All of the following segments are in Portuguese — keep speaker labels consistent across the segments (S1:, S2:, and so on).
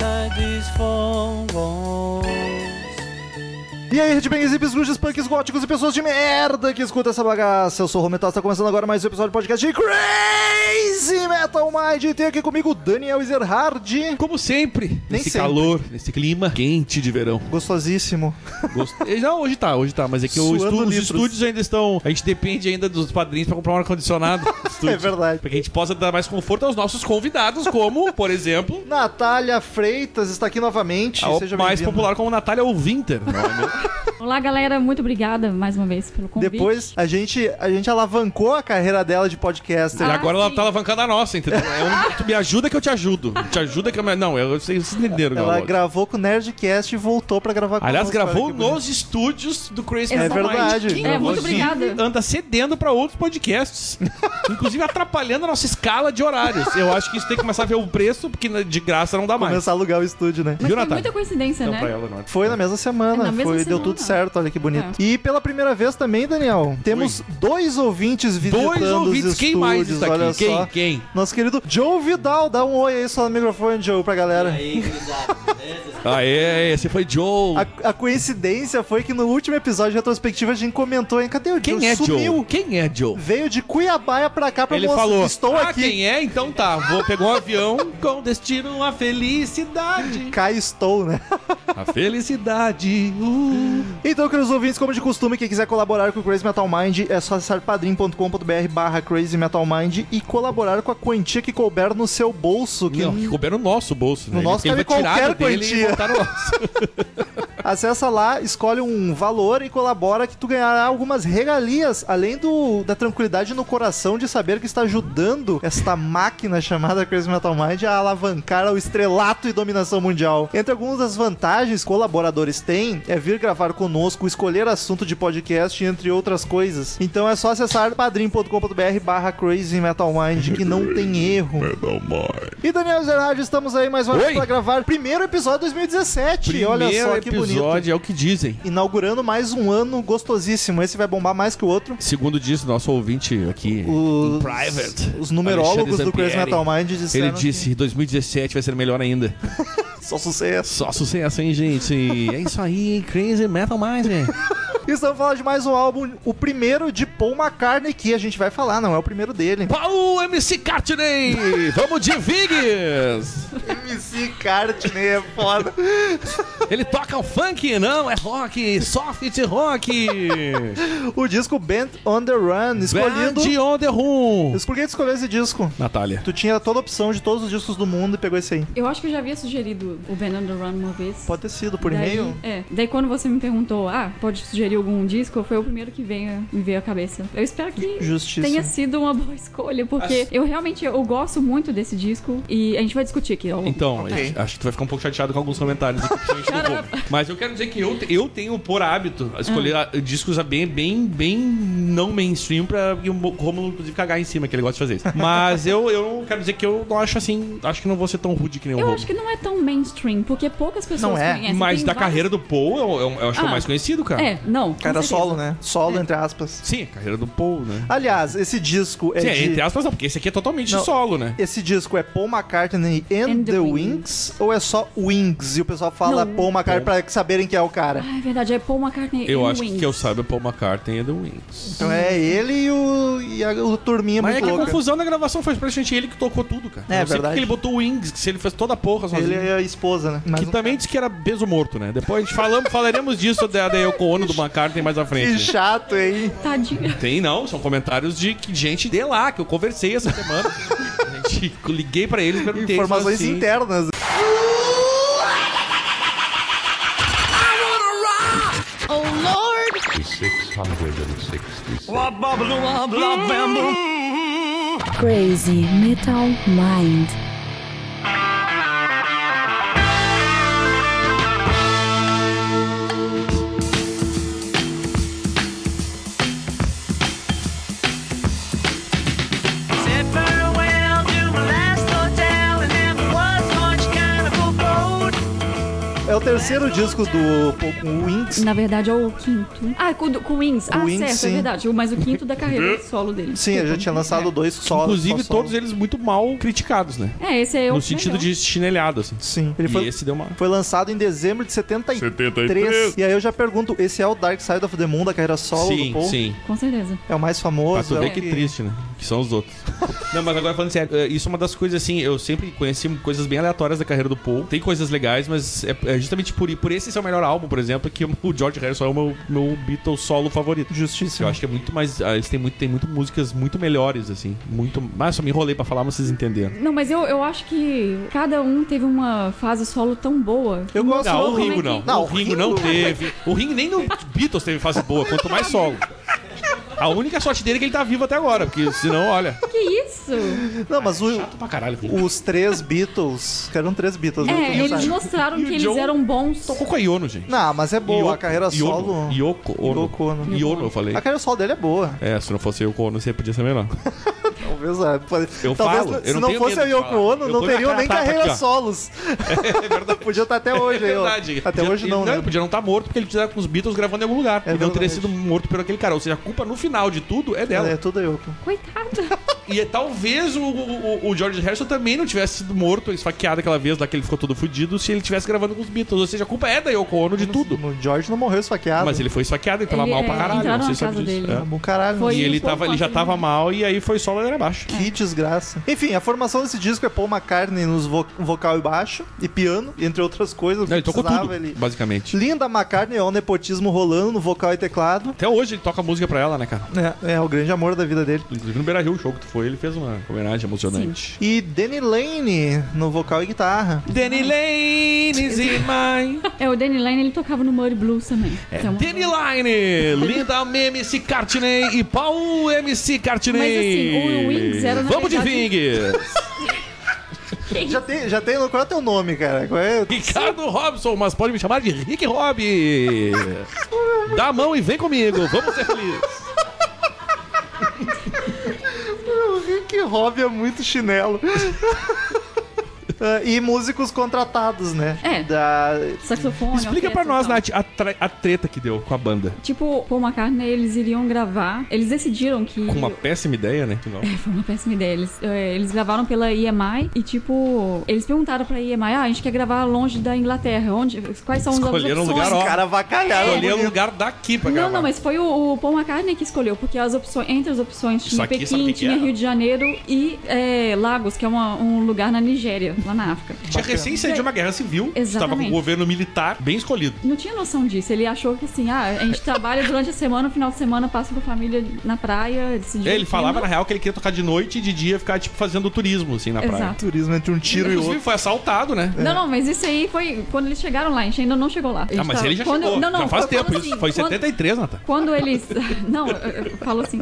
S1: mais fomos.
S2: E aí, headbangers, hippies, grunges, punks, góticos e pessoas de merda que escuta essa bagaça. Eu sou o Rometal, está começando agora mais um episódio do podcast de Crazy Metal Mind. E tem aqui comigo o Daniel Ezerhard.
S3: Como sempre, nesse
S2: sempre.
S3: calor, nesse clima quente de verão.
S2: Gostosíssimo.
S3: Gost... Eh, Não, hoje tá, hoje tá, mas é que o
S2: Suando
S3: estu- os
S2: litros.
S3: estúdios ainda estão. A gente depende ainda dos padrinhos pra comprar um ar-condicionado.
S2: É
S3: Estúdio.
S2: verdade.
S3: Pra que a gente possa dar mais conforto aos nossos convidados, como, por exemplo,
S2: Natália Freitas está aqui novamente.
S3: a
S2: Seja
S3: mais
S2: bem-vinda.
S3: popular como Natália ou Winter.
S4: Olá, galera. Muito obrigada mais uma vez pelo convite.
S2: Depois a gente, a gente alavancou a carreira dela de
S3: E
S2: podcaster.
S4: Ah,
S3: agora ela
S4: sim.
S3: tá alavancando a nossa, entendeu? É um, tu me ajuda que eu te ajudo. Te ajuda que eu. me- Não, eu, vocês entenderam,
S2: Ela
S3: galera.
S2: gravou com o Nerdcast e voltou pra gravar Tá com
S3: Aliás,
S2: nós, cara,
S3: gravou
S2: que bonito.
S3: nos estúdios do Crazy
S2: É
S3: Metal Mind.
S2: verdade.
S3: Quem
S4: É, muito
S3: ouve
S4: obrigada.
S3: anda cedendo pra outros podcasts, inclusive atrapalhando a nossa escala de horários. Eu acho que isso tem que começar a ver o preço, porque de graça não dá mais.
S2: Começar a alugar o estúdio, né?
S4: Mas
S3: Viu,
S4: foi
S3: Natália?
S4: muita coincidência,
S3: Então,
S4: né?
S3: pra ela não é.
S2: Foi na mesma semana,
S4: É, na mesma
S2: foi, deu
S4: semana. É.
S2: tudo certo, olha que bonito. E pela primeira vez também, Daniel, temos dois ouvintes visitando
S3: Dois ouvintes,
S2: os
S3: quem mais
S2: estúdios,
S3: está
S2: olha
S3: aqui? Quem?
S2: só.
S3: Quem?
S2: Nosso querido Joe Vidal, dá um oi aí só no microfone, Joe, pra galera.
S3: Ah, é, esse foi Joe.
S2: A, a coincidência foi que no último episódio de retrospectiva a gente comentou, hein? Cadê o
S3: Quem
S2: Joe?
S3: é
S2: Sumiu.
S3: Joe? Quem é Joe?
S2: Veio de Cuiabaia pra cá pra
S3: Ele
S2: mostrar
S3: falou,
S2: estou
S3: ah,
S2: aqui.
S3: quem é? Então tá, vou pegar um avião com destino à felicidade.
S2: Cá estou, né?
S3: A felicidade. uh.
S2: Então, queridos ouvintes, como de costume, quem quiser colaborar com o Crazy Metal Mind é só acessar padrim.com.br barra Crazy Metal Mind e colaborar com a quantia que couber no seu bolso, que
S3: Não, que couber no nosso bolso, né?
S2: No nosso cabe
S3: Ele vai tirar
S2: qualquer
S3: do dele
S2: quantia.
S3: e botar no nosso.
S2: Acessa lá, escolhe um valor e colabora que tu ganhará algumas regalias, além do, da tranquilidade no coração de saber que está ajudando esta máquina chamada Crazy Metal Mind a alavancar ao estrelato e dominação mundial. Entre algumas das vantagens que colaboradores têm é vir gravar conosco, escolher assunto de podcast, entre outras coisas. Então é só acessar padrim.com.br barra Crazy Metal Mind, que não tem erro. E Daniel Zerardi, estamos aí mais uma
S3: Oi.
S2: vez para gravar primeiro episódio de 2017.
S3: Primeiro
S2: Olha só que
S3: episódio
S2: bonito
S3: é o que dizem.
S2: inaugurando mais um ano gostosíssimo. Esse vai bombar mais que o outro.
S3: Segundo diz nosso ouvinte aqui,
S2: Os,
S3: em private,
S2: os numerólogos
S3: Alexandre
S2: do Crazy
S3: Zampieri,
S2: Metal Mind disseram
S3: ele disse 2017 vai ser melhor ainda.
S2: que só sucesso.
S3: Só sucesso, hein, gente? É isso aí, Crazy Metal Mind.
S2: E estamos falando de mais um álbum, o primeiro de Paul McCartney, que a gente vai falar, não é o primeiro dele.
S3: Paulo MC Cartney, vamos de Viggs.
S2: MC Cartney é foda.
S3: Ele toca o funk, não, é rock, soft rock.
S2: o disco Band on the Run, escolhido...
S3: Band on the Room.
S2: Por que tu escolheu esse disco?
S3: Natália.
S2: Tu tinha toda a opção de todos os discos do mundo e pegou esse aí.
S4: Eu acho que eu já havia sugerido o Ben on the Run uma vez.
S2: Pode ter sido, por
S4: Daí-
S2: e-mail.
S4: É. Daí quando você me perguntou, ah, pode sugerir algum disco, foi o primeiro que veio, me veio à cabeça. Eu espero que
S2: Justiça.
S4: tenha sido uma boa escolha, porque eu realmente eu gosto muito desse disco e a gente vai discutir aqui. ó.
S3: Então,
S2: Ok.
S3: acho que tu vai ficar um pouco chateado com alguns comentários aqui, principalmente do
S4: Caramba. Hum.
S3: povo. Mas eu quero dizer que eu, eu tenho por hábito a escolher a- discos a bem, bem, bem não mainstream pra e o Mo- Romulo, inclusive, cagar em cima, que ele gosta de fazer isso. Mas eu, eu quero dizer que eu não acho assim, acho que não vou ser tão rude que nem o
S4: Eu
S3: Romulo.
S4: acho que não é tão mainstream, porque poucas pessoas
S2: Não é.
S4: conhecem.
S3: Mas
S4: Tem
S3: da
S4: vários-
S3: carreira do Paul, eu, eu- eu acho que é o
S4: Ah.
S3: mais conhecido, cara.
S4: É, não. com
S2: Cara
S4: certeza.
S2: solo, né? Solo,
S4: É.
S2: entre aspas.
S3: Sim, a carreira do Paul, né?
S2: Aliás, esse disco é
S3: Sim,
S2: de...
S3: entre aspas não, porque esse aqui é totalmente
S2: Não.
S3: solo, né?
S2: Esse disco é Paul McCartney and,
S4: And
S2: the,
S4: the
S2: Wings, ou é só Wings? E o pessoal fala
S4: Não.
S2: Paul McCartney
S3: Paul.
S2: pra saberem quem é o cara.
S4: Ah, é verdade, é Paul McCartney
S3: Eu
S4: and
S3: acho que
S4: Wings.
S3: que eu saiba Paul McCartney é The Wings.
S2: Então é ele e o, e a, o turminha
S3: Mas é
S2: muito
S3: que a
S2: louca.
S3: confusão da gravação foi praticamente ele que tocou tudo, cara.
S2: É,
S3: não sei
S2: verdade.
S3: porque ele botou Wings, que se ele fez toda a porra sozinho.
S2: Ele é a esposa, né? Mas
S3: Que também disse que era beso morto, né? Depois a gente falamos, falaremos disso da, da Yoko Ono do McCartney mais à
S2: que
S3: frente.
S2: chato, hein?
S4: Tadinha.
S3: Tem não, são comentários de que gente de lá, que eu conversei essa semana. A gente liguei pra eles e perguntei. eles falaram
S2: Informações
S3: assim,
S2: internas.
S5: Crazy Metal Mind.
S6: Said farewell to my last hotel and never was much kind of a boat.
S2: Eu É terceiro disco do com o Wings.
S4: Na verdade é o quinto. Ah, com, o- com o Wings. ah,
S2: Wings,
S4: certo,
S2: sim.
S4: é verdade. O- Mas o quinto da carreira solo dele.
S2: Sim, eu já
S4: Desculpa.
S2: tinha lançado dois solo.
S3: Inclusive,
S2: só solo.
S3: todos eles muito mal criticados, né?
S4: É, esse é o
S3: no sentido
S4: melhor.
S3: de chinelhado, assim.
S2: Sim. Ele
S3: e
S2: foi,
S3: esse deu uma.
S2: foi lançado em dezembro de 73.
S3: 73.
S2: E aí eu já pergunto, esse é o Dark Side of the Moon da carreira solo do
S3: sim,
S2: Paul?
S3: sim.
S4: Com certeza.
S2: É o mais
S3: Pra
S2: famoso.
S3: tu ver
S2: é o
S3: que triste, né? Que são os outros. Não, mas agora falando sério, eh, isso é uma das coisas assim, eu sempre conheci coisas bem aleatórias da carreira do Paul. Tem coisas legais, mas é, é justamente por, por esse ser o melhor álbum, por exemplo, que o George Harrison é o meu, meu Beatles solo favorito.
S2: Justiça.
S3: Eu acho que é muito mais. ah, Eles têm muito, tem muito músicas muito melhores, assim. Muito. Mas só me enrolei pra falar, mas vocês entenderam.
S4: Não, mas eu, eu acho que cada um teve uma fase solo tão boa.
S2: Eu gosto
S3: Não, o
S2: do-
S4: Ringo
S3: Ringo
S4: não.
S3: um não.
S2: Não,
S3: o Ringo não é.
S2: Ringo-
S3: teve. O Ringo nem no Beatles teve fase boa, quanto mais solo. A única sorte dele é que ele tá vivo até agora, porque senão, olha.
S4: Que isso?
S2: Não, mas o-
S3: Chato pra caralho. Ringo.
S2: os três Beatles, que eram três Beatles, né?
S4: É,
S2: Tu
S4: eles
S2: sabe.
S4: mostraram
S3: E o
S4: que eles
S3: John
S4: eram bons.
S3: Tocou com a Iono, gente.
S2: Não, mas é boa, a carreira
S3: Yoko-
S2: solo.
S3: Yoko Ono.
S2: Yoko Ono. é
S3: Yoko, eu falei.
S2: A carreira solo dele é boa.
S3: É, se não fosse Yoko Ono, você podia ser melhor.
S2: Talvez, é, pode-
S3: Eu
S2: talvez
S3: falo, eu
S2: se
S3: não
S2: não
S3: tenho
S2: fosse a
S3: medo de
S2: Yoko
S3: falar.
S2: Ono,
S3: Eu
S2: não
S3: ponho na
S2: teriam nem
S3: cara, tá
S2: carreira
S3: aqui, ó.
S2: solos.
S3: É verdade.
S2: Podia estar até hoje
S3: É
S2: aí, ó.
S3: verdade.
S2: Até
S3: Podia-
S2: hoje não,
S3: Ele
S2: né?
S3: podia não estar morto porque ele tinha com os Beatles gravando em algum lugar.
S2: É
S3: e não teria
S2: verdade.
S3: sido morto por aquele cara. Ou seja, a culpa no final de tudo é dela.
S2: É tudo Yoko.
S4: Coitada.
S3: E é, talvez o, o, o George Harrison também não tivesse sido morto, esfaqueado aquela vez lá que ele ficou todo fudido, se ele tivesse gravando com os Beatles. Ou seja, a culpa é da Yoko Ono de tudo.
S2: O George não morreu esfaqueado.
S3: Mas ele foi esfaqueado, ele tava
S4: Ele,
S3: mal
S4: é,
S3: pra caralho.
S4: entraram
S3: Não sei
S4: na
S3: se sabe
S4: casa
S3: disso.
S4: dele.
S3: É.
S2: Ah, bom caralho.
S4: Foi.
S3: E ele,
S4: Foi
S3: tava, ele
S4: fácil,
S3: já tava
S4: né?
S3: mal e aí foi só ladeira abaixo.
S2: Que desgraça. Enfim, a formação desse disco é Paul McCartney nos vo- vocal e baixo e piano, entre outras coisas. o que
S3: Não, ele tocou
S2: precisava,
S3: tudo,
S2: ele-
S3: basicamente.
S2: Linda McCartney, ó, o nepotismo rolando no vocal e teclado.
S3: Até hoje ele toca música pra ela, né, cara?
S2: É, é o grande amor da vida dele.
S3: Inclusive no Beira Rio, o show que tu foi, ele fez uma homenagem emocionante.
S2: E Danny Lane no vocal e guitarra.
S3: Danny Lane is in my...
S4: É, o Danny Lane, ele tocava no Muddy Blues também.
S3: É
S4: Então,
S3: Danny Line, Linda MC Cartney e Paul MC Cartney.
S4: Mas, assim, o Wings era, na
S3: Vamos
S4: verdade-
S3: de Ving!
S2: Já tem, já tem. Qual é o teu nome, cara? Qual é?
S3: Ricardo Robson, mas pode me chamar de Rick Rob. Dá a mão e vem comigo, vamos ser felizes.
S2: O Rick Rob é muito chinelo. Ah, e músicos contratados, né?
S4: É.
S2: Da...
S4: saxofone,
S3: Explica pra
S4: orquestra,
S3: nós,
S4: tal.
S3: Nath, a, tra- a treta que deu com a banda.
S4: Tipo, Paul McCartney, eles iriam gravar. Eles decidiram que.
S3: Com uma péssima ideia, né? Não.
S4: É, foi uma péssima ideia. Eles, é, eles gravaram pela EMI e, tipo, eles perguntaram pra EMI: ah, a gente quer gravar longe da Inglaterra. Onde, quais são
S3: Escolheram
S4: as
S3: um
S4: opções?
S3: lugar, ó. É,
S2: Os caras vacalharam.
S3: Escolher o lugar daqui pra gravar.
S4: Não, não, mas foi o, o Paul McCartney que escolheu, porque as opções, entre as opções
S3: Isso
S4: tinha
S3: aqui, sabe o
S4: Pequim,
S3: que é? que
S4: tinha
S3: era?
S4: Rio de Janeiro e é, Lagos, que é uma- um lugar na Nigéria, lá na África.
S3: Tinha recém de uma guerra civil.
S4: Exatamente.
S3: Estava com o governo militar bem escolhido.
S4: Não tinha noção disso. Ele achou que assim, ah, a gente trabalha durante a semana, no final de semana passa com a família na praia. Se
S3: É, ele
S4: divertindo.
S3: falava, na real, que ele queria tocar de noite e de dia ficar, tipo, fazendo turismo, assim, na praia.
S4: Exato.
S2: Turismo entre um tiro e
S3: Inclusive,
S2: outro.
S3: foi assaltado, né?
S4: Não, não, mas isso aí foi quando eles chegaram lá. A gente ainda não chegou lá. A gente
S3: Ah, mas
S4: tava-
S3: ele já
S4: quando,
S3: chegou.
S4: Não, não,
S3: já faz
S4: foi quando,
S3: tempo isso.
S4: assim,
S3: Foi em
S4: quando-
S3: 73, Natan.
S4: Quando eles. Não, eu falo assim.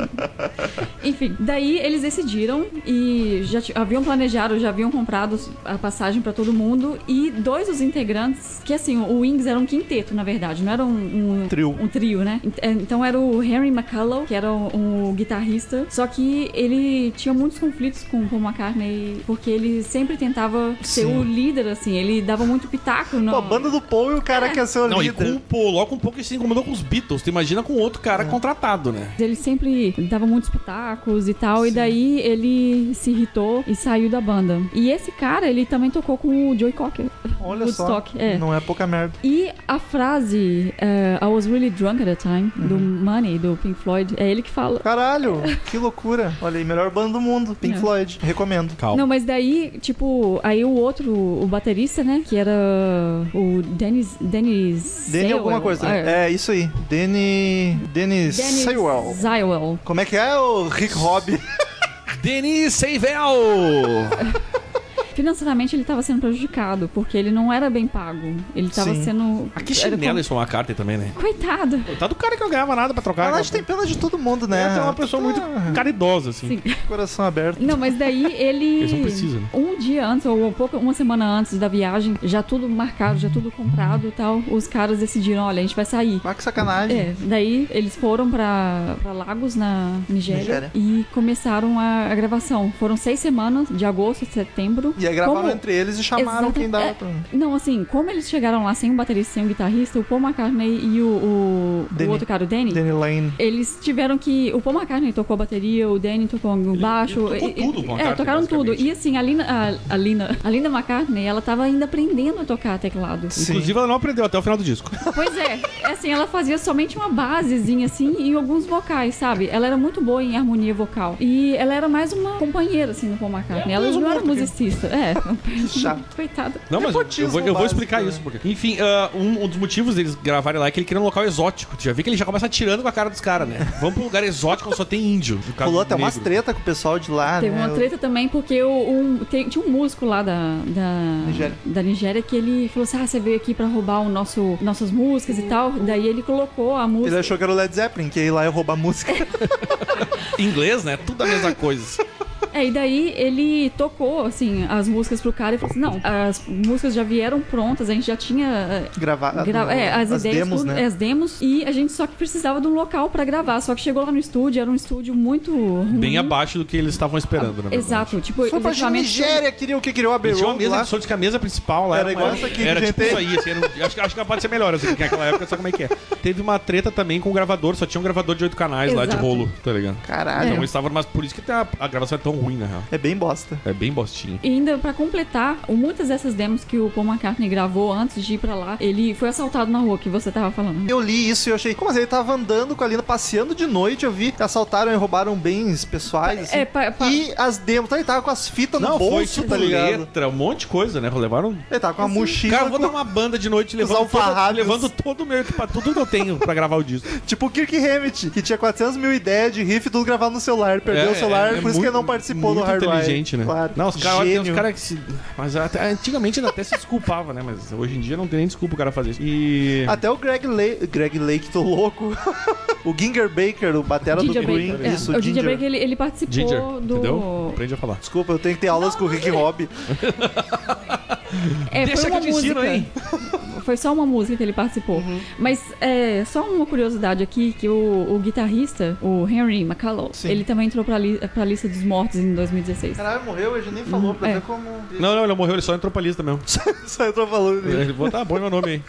S4: Enfim, daí eles decidiram e já ti- haviam planejado, já haviam comprado a passagem pra todo mundo. E dois dos integrantes, que assim, o Wings era um quinteto, na verdade, não era um. um
S2: Trio.
S4: um trio, né? Ent- é, Então era o Henry McCullough, que era o, o guitarrista, só que ele tinha muitos conflitos com o Paul McCartney, porque ele sempre tentava ser
S2: Sim.
S4: o líder, assim, ele dava muito pitaco no...
S2: Pô, a banda do Paul e o
S4: É.
S2: cara quer ser o
S3: Não, e
S2: líder.
S3: culpou logo um pouco e se incomodou com os Beatles. Tu imagina com outro
S2: É.
S3: cara contratado, né?
S4: Ele sempre dava muitos pitacos e tal, e daí ele se irritou e saiu da banda. E esse cara, ele também tocou com o Joey Cocker.
S2: Olha só.
S4: Woodstock, é.
S2: Não é pouca merda.
S4: E a frase eh, I was really drunk at the time, do
S2: Uhum.
S4: Money, do Pink Floyd, é ele que fala.
S2: Caralho, que loucura. Olha aí, melhor banda do mundo. Pink
S4: É.
S2: Floyd. Recomendo.
S3: Calma.
S4: Não, mas daí, tipo, aí o outro, o baterista, né? Que era o Dennis. Dennis.
S2: Danny
S4: Sewell,
S2: alguma coisa.
S4: é,
S2: É, isso aí. Danny... Danny
S4: Dennis
S2: Sewell.
S4: Sewell.
S2: Como é que é o Rick Rob?
S3: Denis Seivel!
S4: Financeiramente ele tava sendo prejudicado, porque ele não era bem pago. Ele tava
S2: Sim.
S4: sendo.
S3: Ah, que
S4: era
S3: chinela isso é uma carta também, né?
S4: como- Coitado.
S3: Tá do cara que não ganhava nada pra trocar. né?
S2: A Nath tem pena de todo mundo, né?
S3: Ela é uma pessoa muito caridosa, assim.
S4: Sim.
S2: Coração aberto.
S4: Não, mas daí ele.
S3: Eles não precisam, né?
S4: Um dia antes, ou um pouco, uma semana antes da viagem, já tudo marcado, já tudo comprado e tal, os caras decidiram: olha, a gente vai sair.
S2: Ah, que sacanagem.
S4: É, daí eles foram pra, pra Lagos, na Nigéria,
S2: Nigéria.
S4: e começaram a, a gravação. Foram seis semanas, de agosto a setembro.
S2: E E aí gravaram
S4: Como-
S2: entre eles e chamaram
S4: Exata-
S2: quem dava
S4: é,
S2: pra.
S4: Não, assim, como eles chegaram lá sem um baterista e um guitarrista, o Paul McCartney e o, o, o
S2: Danny.
S4: outro cara, o Danny,
S2: Danny Lane.
S4: eles tiveram que. O Paul McCartney tocou a bateria, o Danny tocou o baixo.
S3: ele tocou
S4: e- e-
S3: tudo, o Paul
S4: É,
S3: McCartney,
S4: tocaram tudo.
S3: basicamente.
S4: E assim, a Lina, a, a Lina, a Linda McCartney, ela tava ainda aprendendo a tocar teclado.
S3: Inclusive, ela não aprendeu até o final do disco.
S4: Pois é, é assim, ela fazia somente uma basezinha assim e alguns vocais, sabe? Ela era muito boa em harmonia vocal. E ela era mais uma companheira, assim, no Paul McCartney.
S2: é
S4: ela não era musicista. É,
S2: chato.
S4: coitada.
S3: Não, mas eu- eu, vou, eu vou
S2: básico,
S3: explicar
S2: né?
S3: isso. Porque... Enfim, ah, um, um dos motivos deles gravarem lá é que ele queria um local exótico. Tu já viu que ele já começa atirando com a cara dos caras, né? Vamos pra um lugar exótico onde só tem índio. no caso
S2: Rolou até umas
S3: negro.
S2: treta com o pessoal de lá,
S4: Teve
S2: né?
S4: uma treta também, porque o, um, tem- tinha um músico lá da, da,
S2: Nigéria.
S4: da Nigéria que ele falou assim: Ah, você veio aqui pra roubar o nosso, nossas músicas e tal. Daí ele colocou a música.
S2: Ele achou que era o Led Zeppelin, que ia lá ia roubar música.
S3: Inglês, né? Tudo a mesma coisa.
S4: É, e daí ele tocou, assim, as músicas pro cara e falou assim: Não, as músicas já vieram prontas, a gente já tinha. eh,
S2: Gravar.
S4: gra- é, as, ideias,
S2: Ah, demos,
S4: tudo,
S2: né?
S4: é, as demos, e a gente só que precisava de um local pra gravar. Só que chegou lá no estúdio, era um estúdio muito. ruim.
S3: Bem abaixo do que eles estavam esperando, né?
S4: Exato, tipo,
S2: Foi pra
S4: efetivamente-
S2: Nigéria, queria o que? Queria o Abbey
S3: Eles tinham uma
S2: Road
S3: mesa
S2: lá.
S3: absurda que a mesa principal lá
S2: Era
S3: uma-
S2: igual essa aqui que
S3: Era
S2: a gente
S3: tipo
S2: tem.
S3: isso aí. Assim, era um- acho, que- acho que ela pode ser melhor, assim, porque naquela época sabe como é que é. Teve uma treta também com o gravador, só tinha um gravador de oito canais lá de
S4: Exato. É.
S3: rolo, tá ligado?
S2: Caralho.
S3: Então eles estavam, mas por isso que até a, a gravação é tão ruim, na real.
S2: É bem bosta.
S3: É bem bostinho.
S4: E ainda pra completar, muitas dessas demos que o Paul McCartney gravou antes de ir pra lá, ele foi assaltado na rua que você tava falando.
S2: Eu li isso e eu achei, como assim? Ele tava andando com a Lina, passeando de noite, eu vi que assaltaram e roubaram bens pessoais, assim.
S4: É, pa- pa-
S2: E as demos, tá? Ele tava com as fitas no bolso,
S3: tipo
S2: tá ligado?
S3: letra, um monte de coisa, né? Levaram
S2: Ele tava com a mochila,
S3: Cara, eu vou
S2: com-
S3: dar uma banda de noite levando,
S2: Os
S3: todo,
S2: alfarrábios.
S3: levando todo o meu equipa- tudo que eu tenho pra gravar o disco.
S2: tipo o Kirk Hammett, que tinha 400 mil ideias de riff, tudo gravado no celular. Perdeu
S3: É,
S2: o celular,
S3: é,
S2: por
S3: é
S2: isso que
S3: muito-
S2: ele não participou do
S3: muito
S2: hardware.
S3: inteligente, né?
S2: Claro.
S3: Não, os caras tem uns
S2: Gênio.
S3: caras que se. Mas até- antigamente ainda até se desculpava, né? Mas hoje em dia não tem nem desculpa o cara fazer isso. E.
S2: Até o Greg Lake, Greg Lake, tô louco. o Ginger Baker, o batera do
S4: Ginger
S2: Queen.
S4: Baker, é.
S2: Isso,
S4: o Ginger
S2: Ginger.
S4: Baker, ele, ele participou
S3: Ginger,
S4: do...
S3: entendeu? Aprende a falar.
S2: Desculpa, eu tenho que ter aulas com o Rick Hobby.
S4: É,
S3: Deixa
S4: foi uma
S3: que eu te ensino, Uhum.
S4: música.
S3: hein?
S4: Foi só uma música que ele participou. Mas é, só uma curiosidade aqui, que o, o guitarrista, o Henry McCallum,
S2: Sim.
S4: ele também entrou pra, li, pra lista dos mortos em 2016.
S2: Caralho, morreu, a gente nem falou, pra
S4: é.
S2: ver como.
S3: Não, não, ele morreu, ele só entrou pra lista mesmo.
S2: Só eu tô falando.
S3: Ele falou, tá, põe meu nome aí.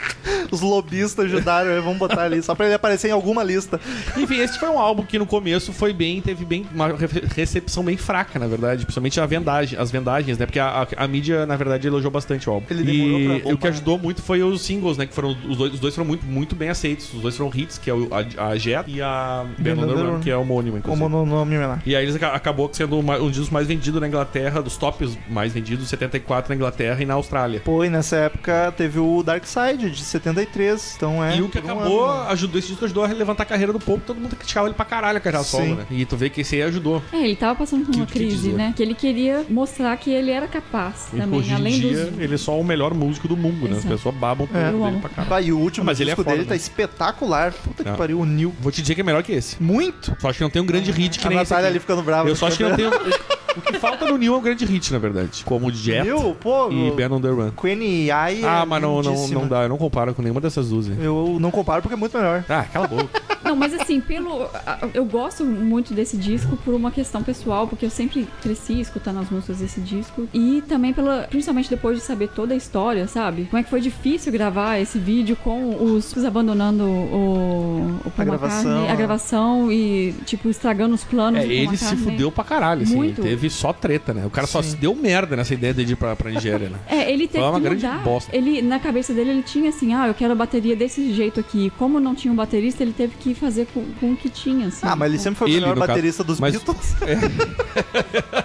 S2: Os lobistas ajudaram, aí, vamos botar ali, só pra ele aparecer em alguma lista.
S3: Enfim, esse foi um álbum que no começo foi bem, teve bem uma re- recepção bem fraca, na verdade, principalmente a vendagem, as vendagens, né? Porque a, a- a mídia, na verdade, elogiou bastante o álbum.
S2: Ele demorou
S3: e
S2: pra bombar.
S3: o que ajudou muito foi os singles, né? Que foram os dois, os dois foram muito, muito bem aceitos. Os dois foram hits, que é o- a, a Jet e a Ben
S2: Ben Under
S3: Run,
S2: Run.
S3: que é homônima, inclusive.
S2: Como no nome, né?
S3: E aí eles aca- acabou sendo uma- um dos discos mais vendidos na Inglaterra, dos tops mais vendidos, 74 na Inglaterra e na Austrália.
S2: Pô, e nessa época teve o Dark Side de 73, então é.
S3: E o que
S2: por um
S3: acabou,
S2: ano.
S3: ajudou, esse disco ajudou a levantar a carreira do povo, todo mundo criticava ele pra caralho a carreira solo,
S2: Sim.
S3: né? E tu vê que esse aí ajudou.
S4: É, ele tava passando por
S3: Que-
S4: uma
S3: que
S4: crise,
S3: dizer.
S4: né? Que ele queria mostrar que ele era capaz
S3: E
S4: também,
S3: hoje em
S4: além
S3: dia,
S4: dos...
S3: ele é só o melhor músico do mundo, né? As
S4: Exato.
S3: pessoas babam por
S2: É.
S3: ele
S4: Eu
S3: dele
S4: amo.
S3: pra caralho.
S2: Bah, e o último
S3: Ah, mas ele é
S2: disco
S3: foda,
S2: dele
S3: né?
S2: tá espetacular. Puta que
S3: É.
S2: pariu, o Neil.
S3: Vou te dizer que é melhor que esse.
S2: Muito.
S3: Só acho que não tem um grande hit que
S2: a
S3: nem esse
S2: Natália
S3: aqui.
S2: ali ficando né? brava.
S3: Eu só acho que é um não tem... o que falta no Neil é um grande hit, na verdade. Como Jet
S2: Neil, pô.
S3: e
S2: o
S3: Ben on the Run.
S2: Queen Eye. é
S3: Ah, mas não, não,
S2: lindíssima.
S3: não dá. Eu não comparo com nenhuma dessas duas. aí.
S2: Eu não comparo porque é muito melhor.
S3: Ah, cala a boca.
S4: Não, mas assim, pelo. a- Eu gosto muito desse disco por uma questão pessoal, porque eu sempre cresci escutando as músicas desse disco. E também pela. Principalmente depois de saber toda a história, sabe? Como é que foi difícil gravar esse vídeo com os abandonando o. o Paul
S2: A
S4: McCartney,
S2: gravação,
S4: a
S2: né?
S4: gravação e, tipo, estragando os planos.
S3: É,
S4: do Paul
S3: ele se
S4: McCartney.
S3: fudeu pra caralho, assim.
S4: Muito.
S3: Ele teve só treta, né? O cara só
S2: Sim.
S3: se deu merda nessa ideia dele de ir pra, pra Nigéria, né?
S4: É, ele teve
S3: Foi uma
S4: que
S3: grande
S4: mudar.
S3: bosta.
S4: Ele, na cabeça dele, ele tinha assim, ah, eu quero a bateria desse jeito aqui. Como não tinha um baterista, ele teve que fazer com, com o que tinha, assim.
S2: Ah, mas ele sempre foi o
S3: Tá Ele,
S2: melhor
S3: no caso.
S2: baterista dos
S3: Mas-
S2: Beatles.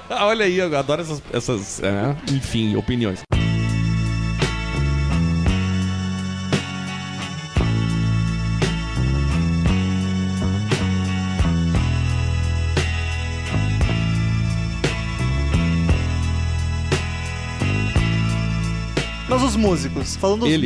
S3: Ah, Olha aí, eu adoro essas. essas é, né? Enfim, opiniões.
S2: Mas os músicos. Falando dos
S3: Ele.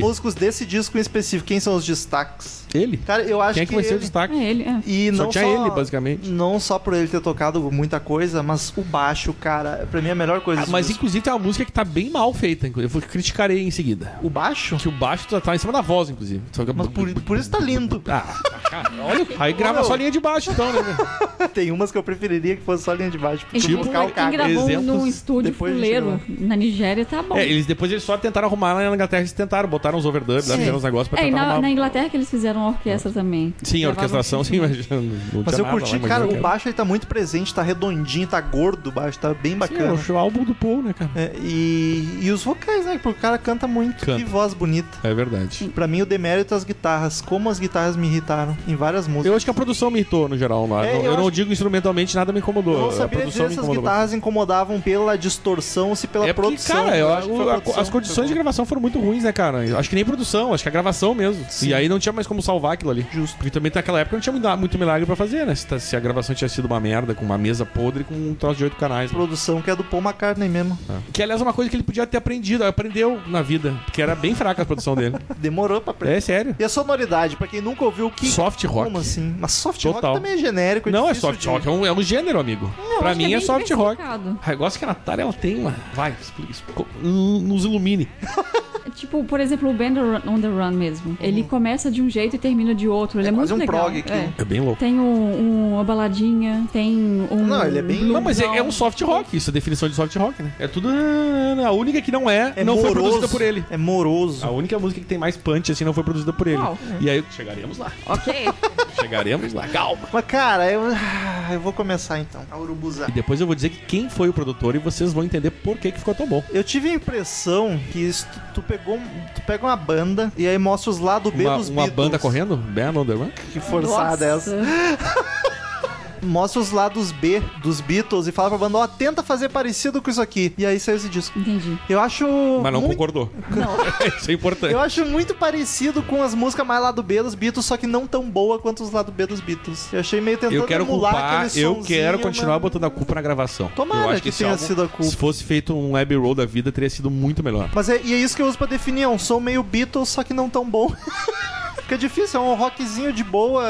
S2: músicos desse disco em específico, quem são os destaques?
S3: Ele.
S2: Cara, eu acho
S3: Quem é que vai ser o
S2: ele-
S3: destaque?
S4: É ele, é.
S2: E
S3: Só
S2: não
S3: tinha ele, basicamente.
S2: Não só por ele ter tocado muita coisa, mas o baixo, cara, pra mim é a melhor coisa.
S3: Ah,
S2: desse
S3: mas
S2: disco.
S3: inclusive tem uma música que tá bem mal feita, inclusive. eu vou- criticarei em seguida.
S2: o baixo?
S3: Que o baixo tá- tá em cima da voz, inclusive. Só que-
S2: Mas por, por isso tá lindo.
S3: Ah, cara, olha. Aí grava
S2: Ô,
S3: só a
S2: meu.
S3: linha de baixo, então, né? velho?
S2: Tem umas que eu preferiria que fosse só linha de baixo.
S4: Ele,
S3: Tipo,
S4: ele-
S2: Cal
S4: quem
S2: Caco.
S4: gravou
S3: exemplos,
S4: num estúdio
S2: depois a gente
S4: fuleiro na Nigéria, tá bom.
S3: É, eles, depois eles só tentaram arrumar lá na Inglaterra, eles tentaram, botaram os overdubs, lá,
S4: Sim.
S3: fizeram uns negócios pra
S4: É, e
S3: tentar
S4: na,
S3: arrumar.
S4: na Inglaterra que eles fizeram a orquestra também.
S3: Sim, a
S4: Gravaram-
S3: orquestração, sim, imagina.
S2: Mas eu curti, cara, o baixo ele tá muito presente, tá redondinho, tá gordo o baixo, tá bem bacana.
S3: É o álbum do Paul, né, cara?
S2: É, e, e os vocais, né? Porque o cara canta muito.
S3: Canta.
S2: Que voz bonita.
S3: É verdade.
S2: Pra mim, o demérito é as guitarras. Como as guitarras me irritaram em várias músicas.
S3: Eu acho que a produção me irritou, no geral, lá.
S2: É,
S3: eu
S2: eu
S3: não
S2: acho-
S3: digo instrumentalmente, nada me incomodou.
S2: Eu não
S3: a
S2: sabia
S3: produção
S2: dizer
S3: me
S2: se as
S3: incomodou.
S2: guitarras incomodavam pela distorção ou se pela
S3: É porque,
S2: produção. né?
S3: cara, eu-
S2: acho que foi
S3: o-
S2: a
S3: a-
S2: produção
S3: as condições
S2: que
S3: de
S2: foi
S3: gravação foram muito ruins, né, cara? Eu Acho que nem produção, acho que é a gravação mesmo.
S2: Sim.
S3: E aí não tinha mais como salvar aquilo ali.
S2: Justo.
S3: Porque também naquela época não tinha muito, muito milagre pra fazer, né? Se, tá- se a gravação tinha sido uma merda, com uma mesa podre, com um troço de oito canais.
S2: boa. produção que é do Paul McCartney mesmo.
S3: né? Que, aliás, é uma coisa que ele podia ter aprendido, aprendeu na vida. Porque era bem fraca a produção dele.
S2: Demorou pra aprender.
S3: É sério.
S2: E a sonoridade, pra quem nunca ouviu, que...
S3: Soft rock.
S2: Como assim? Mas soft
S3: Total.
S2: rock também é genérico.
S3: não é
S2: difícil
S3: soft
S2: de-
S3: rock, é um, é um gênero, amigo.
S4: Eu
S3: pra
S4: acho que
S3: mim é,
S4: bem
S3: soft rock.
S4: diversificado.
S3: Ah, Eu gosto que a Natália ela tem uma. Vai, explica, explica, um, nos ilumine.
S4: Tipo, por exemplo, o Band on the Run
S3: Uhum.
S4: mesmo. Ele começa de um jeito e termina de outro. Ele é,
S2: quase
S4: muito
S2: um
S4: legal.
S2: prog aqui.
S4: É.
S3: É bem louco.
S4: Tem um, um- uma baladinha, tem um.
S2: Não, ele é bem-
S3: Não, mas é, é um soft rock, isso é a definição de soft rock, né? É tudo. A única que não é,
S2: É
S3: não
S2: moroso.
S3: foi produzida por ele. Ah.
S2: É moroso.
S3: A única música que tem mais punch assim não foi produzida por ele.
S4: Qual?
S3: E aí chegaremos lá.
S4: Ok.
S3: Chegaremos lá. Calma.
S2: Mas, cara, eu... ah, eu vou começar então. A Urubuza.
S3: E depois eu vou dizer que quem foi o produtor e vocês vão entender por que, que ficou tão bom.
S2: Eu tive a impressão que isso- tu, tu pegou, um- tu pega uma banda e aí mostra os lados B
S3: Uma,
S2: dos
S3: uma
S2: Beatles.
S3: banda correndo? Band on the Run?
S2: Que forçada é essa. Mostra os lados B dos Beatles e fala pra banda, ó, tenta fazer parecido com isso aqui. E aí saiu esse disco.
S4: Entendi.
S2: Eu acho
S3: Mas não
S2: muito,
S3: concordou.
S4: Não.
S3: Isso é importante.
S2: eu acho muito parecido com as músicas mais lado B dos Beatles, só que não tão boa quanto os lado B dos Beatles. Eu achei meio tentando
S3: Eu quero
S2: emular
S3: culpar,
S2: aquele
S3: eu
S2: sonzinho,
S3: quero continuar
S2: mas-
S3: botando a culpa na gravação.
S2: Tomara
S3: eu acho
S2: que
S3: esse
S2: tenha
S3: álbum,
S2: sido a culpa.
S3: Se fosse feito um Abbey Road da vida, teria sido muito melhor.
S2: Mas é, e é isso que eu uso pra definir, é um som meio Beatles, só que não tão bom. Fica difícil, é um rockzinho de boa,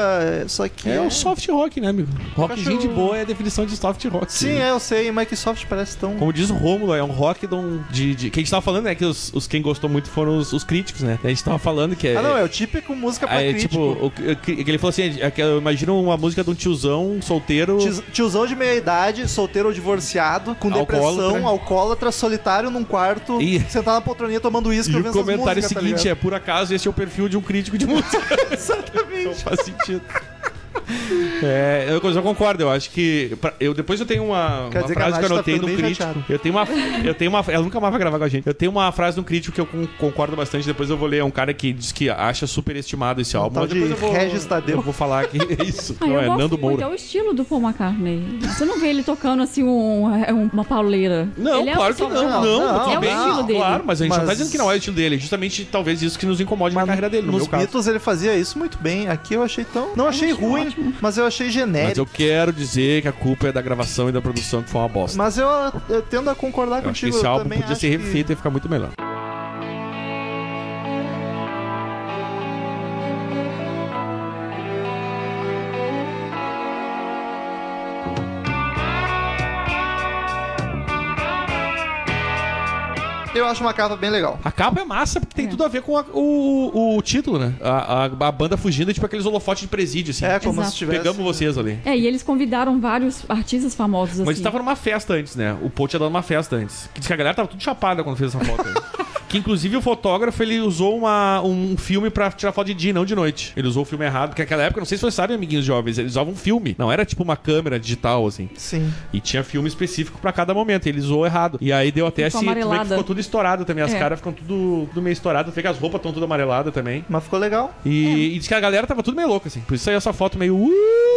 S2: só que...
S3: É um soft rock, né, amigo? Rockzinho de
S2: acho-
S3: boa é a definição de soft rock.
S2: Sim, é, eu sei, Microsoft parece tão...
S3: Como diz o Rômulo, é um rock de um. De, de- que a gente tava falando, né? Que os, os quem gostou muito foram os, os críticos, né? A gente tava falando que é.
S2: Ah não, é o típico música pra
S3: é,
S2: crítico.
S3: tipo, o, o- que ele falou assim: é, que eu imagino uma música de um tiozão solteiro.
S2: Tiz- Tiozão de meia idade, solteiro ou divorciado, com
S3: Alcoólatra.
S2: depressão, alcoólatra, solitário num quarto,
S3: Ih.
S2: sentado na poltroninha tomando uísque
S3: E o
S2: ouvindo essas
S3: comentário
S2: músicas, tá
S3: seguinte
S2: ligado?
S3: é: por acaso esse é o perfil de um crítico de música? Não
S2: Exatamente.
S3: faz sentido. É, eu, eu concordo, eu acho que. pra- eu, depois eu tenho uma,
S2: Quer
S3: uma
S2: dizer que a
S3: frase que eu
S2: Nath tá
S3: anotei
S2: ficando
S3: do
S2: bem
S3: crítico.
S2: chateada.
S3: Eu tenho uma. Eu tenho uma. Ela nunca mais vai gravar com a gente. Eu tenho uma frase do crítico que eu con- concordo bastante, depois eu vou ler. É um cara que diz que acha superestimado esse álbum.
S2: tal
S3: mas depois
S2: de
S3: eu vou,
S2: Regis Tadeu.
S3: Eu vou falar aqui. É isso.
S4: Ah,
S3: não,
S4: eu
S3: é
S4: gosto
S3: Nando
S4: muito,
S3: Moura.
S4: é o estilo do Paul McCartney. Você não vê ele tocando assim um, é um- uma pauleira.
S3: Não,
S4: ele
S3: claro que
S4: é um
S3: não. Não,
S2: não,
S3: tudo
S2: é o
S3: bem,
S2: estilo
S4: dele.
S3: Claro, mas a gente não tá
S2: Mas-
S3: dizendo que não é o estilo dele. É Justamente talvez isso que nos incomode na carreira dele, no
S2: Nos
S3: meu caso.
S2: Beatles ele fazia isso muito bem. Aqui eu achei tão. Não achei ruim, mas eu achei
S3: Mas
S2: genérico.
S3: eu quero dizer que a culpa é da gravação e da produção, que foi uma bosta.
S2: Mas eu, eu tendo a concordar
S3: Eu acho que
S2: contigo.
S3: esse
S2: eu
S3: álbum
S2: também
S3: podia
S2: acho
S3: ser
S2: que-
S3: refeito e ficar muito melhor.
S2: Eu acho uma capa bem legal.
S3: A capa é massa porque tem
S4: É.
S3: tudo a ver com a- o, o título, né? A, a, a banda fugindo é tipo aqueles holofotes de presídio, assim.
S2: É como
S4: Exato.
S2: se tivesse.
S3: Pegamos vocês ali.
S4: É, e eles convidaram vários artistas famosos assim.
S3: Mas tava numa festa antes, né? O Paul tinha dado uma festa antes. Que diz que a galera tava tudo chapada quando fez essa foto. aí. que inclusive o fotógrafo ele usou uma, um filme pra tirar foto de dia, não de noite. Ele usou o filme errado, porque naquela época, não sei se vocês sabem, amiguinhos jovens, eles usavam um filme. Não era tipo uma câmera digital, assim.
S2: Sim.
S3: E tinha filme específico pra cada momento. Ele zoou errado. E aí deu até
S4: Ficou
S3: esse. tu vê que
S4: amarelada.
S3: Ficou tudo estourado também. As
S4: É.
S3: caras ficam tudo, tudo meio estourado. Tu vê que as roupas estão tudo amareladas também.
S2: Mas ficou legal.
S3: E, e diz que a galera tava tudo meio louca, assim. Por isso saiu essa foto meio. "Uh",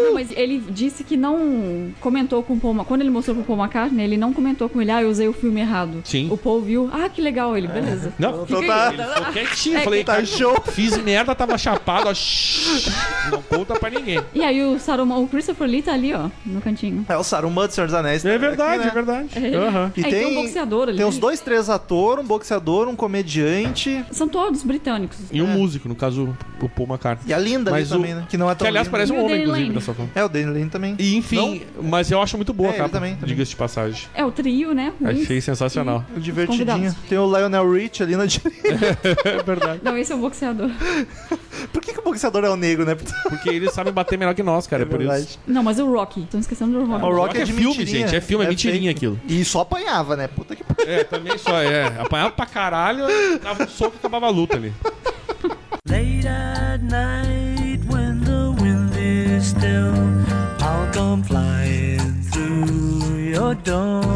S4: Não, mas ele disse que não comentou com o Paul Ma- Quando ele mostrou pro Paul McCartney, ele não comentou com ele, ah, eu usei o filme errado.
S3: Sim.
S4: O Paul viu, ah, que legal ele, beleza.
S3: Não,
S2: Então
S3: ele
S2: tá.
S3: ficou quietinho.
S4: É,
S3: falei,
S2: Tá
S3: cara,
S2: show.
S3: fiz merda, tava chapado, ó. shhh, Não conta pra ninguém.
S4: E aí o Saruman, o Christopher Lee tá ali, ó, no cantinho.
S2: É o Saruman do Senhor dos Anéis.
S3: É
S2: tá
S3: verdade,
S2: aqui,
S3: é
S2: né?
S3: verdade.
S4: É.
S3: Aham.
S2: E
S4: Aí tem um boxeador ali.
S2: Tem uns dois, três atores, um boxeador, um comediante.
S4: São todos britânicos.
S3: E um músico, no caso, o Paul McCartney.
S2: E a Linda
S3: Mas
S2: ali
S3: o-
S2: também, né? Que não é tão
S3: Que, aliás,
S2: linda.
S3: parece
S4: E
S3: um
S4: o
S3: homem,
S4: Danny
S3: inclusive,
S4: Lane.
S3: nessa foto.
S2: É, o Danny Lane também.
S3: E, enfim, mas eu acho muito boa
S2: É,
S3: a
S2: ele
S3: capa,
S2: também, também.
S3: diga-se de passagem.
S4: É o trio, né?
S3: Achei
S4: Isso.
S3: sensacional.
S2: Divertidinho.
S4: Convidados.
S2: Tem o Lionel Rich ali na direita.
S3: É verdade.
S4: Não, esse é o boxeador.
S2: Por que, que o boxeador é o negro, né?
S3: Porque eles sabem bater melhor que nós, cara, é, por isso.
S4: Não, mas o Rocky. Estão esquecendo do Rocky.
S2: O Rock
S3: Rock
S2: é
S3: é
S2: de
S3: filme,
S2: mentirinha.
S3: gente, é filme, é mentirinha
S2: fake.
S3: aquilo.
S2: E só apanhava, né? Puta que pariu.
S3: É, também só, é. Apanhava pra caralho, dava um soco e acabava a luta ali.
S6: Late at night when the wind is still, I'll come flying through your door.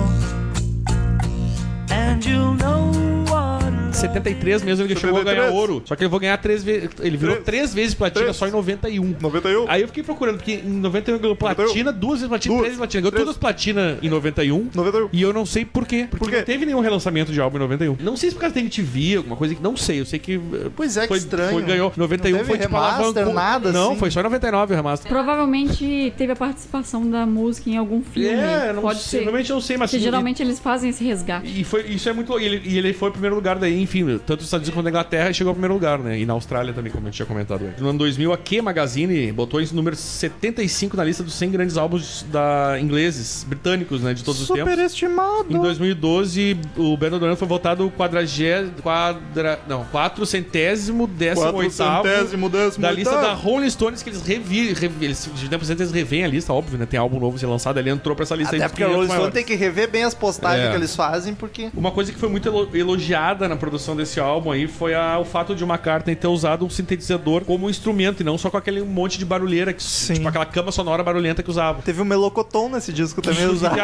S6: And you'll know what
S3: Em
S6: love
S3: 73 mesmo ele chegou a ganhar
S2: 73.
S3: ouro. Só que ele vou ganhar três vezes. Ele virou
S2: Três.
S3: três, vezes platina
S2: Três.
S3: só em 91.
S2: 91?
S3: Aí eu fiquei procurando, porque em 91 ganhou
S2: 91.
S3: platina, duas vezes platina,
S2: Duas.
S3: três vezes platina. Ganhou
S2: Três.
S3: todas platina em 91.
S2: 91.
S3: E eu não sei por quê. Porque
S2: Por quê?
S3: não teve nenhum relançamento de álbum em 91. Não sei se por causa da MTV, alguma coisa que. Não sei. Eu sei que. eh,
S2: Pois é, que
S3: foi,
S2: estranho.
S3: Foi, ganhou. 91
S2: Não teve
S3: foi tipo
S2: remaster,
S3: alavancou.
S2: nada
S3: Não,
S2: assim?
S3: foi só em 99 o remaster.
S4: Provavelmente teve a participação da música em algum filme.
S3: É, não
S4: Pode
S3: sei.
S4: ser.
S3: Realmente eu não sei, mas.
S4: Porque
S3: assim,
S4: geralmente eles fazem esse resgate.
S3: E foi, isso é muito louco. E ele, e ele foi o primeiro lugar daí, enfim, tanto nos Estados Unidos quanto na Inglaterra, ele chegou ao primeiro lugar, né? E na Austrália também, como eu tinha comentado antes. No ano 2000, a Q Magazine botou esse número 75 na lista dos 100 grandes álbuns da ingleses, britânicos, né? De todos os tempos. Em
S2: Superestimado.
S3: 2012, o Bernard Doran foi votado o quadragé... quadra... não, quatrocentésimo décimo oitavo
S2: Quatrocentésimo, décimo
S3: da lista da
S2: oitavo.
S3: Rolling Stones, que eles revi... revi eles, de tempo em tempo, eles revêm a lista, óbvio, né? Tem álbum novo ser lançado, ele entrou pra essa lista
S2: Até
S3: aí é dos
S2: porque o Rolling
S3: 500
S2: Stone
S3: maiores.
S2: tem que rever bem as postagens
S3: É.
S2: que eles fazem, porque...
S3: Uma coisa que foi muito elo- elogiada na produção desse álbum aí foi a- o fato de uma McCartney ter usado um sintetizador como instrumento e não só com aquele monte de barulheira, que,
S2: Sim.
S3: tipo aquela cama sonora barulhenta que usava.
S2: Teve o Melocoton nesse disco também
S3: Inclusive,
S2: usado.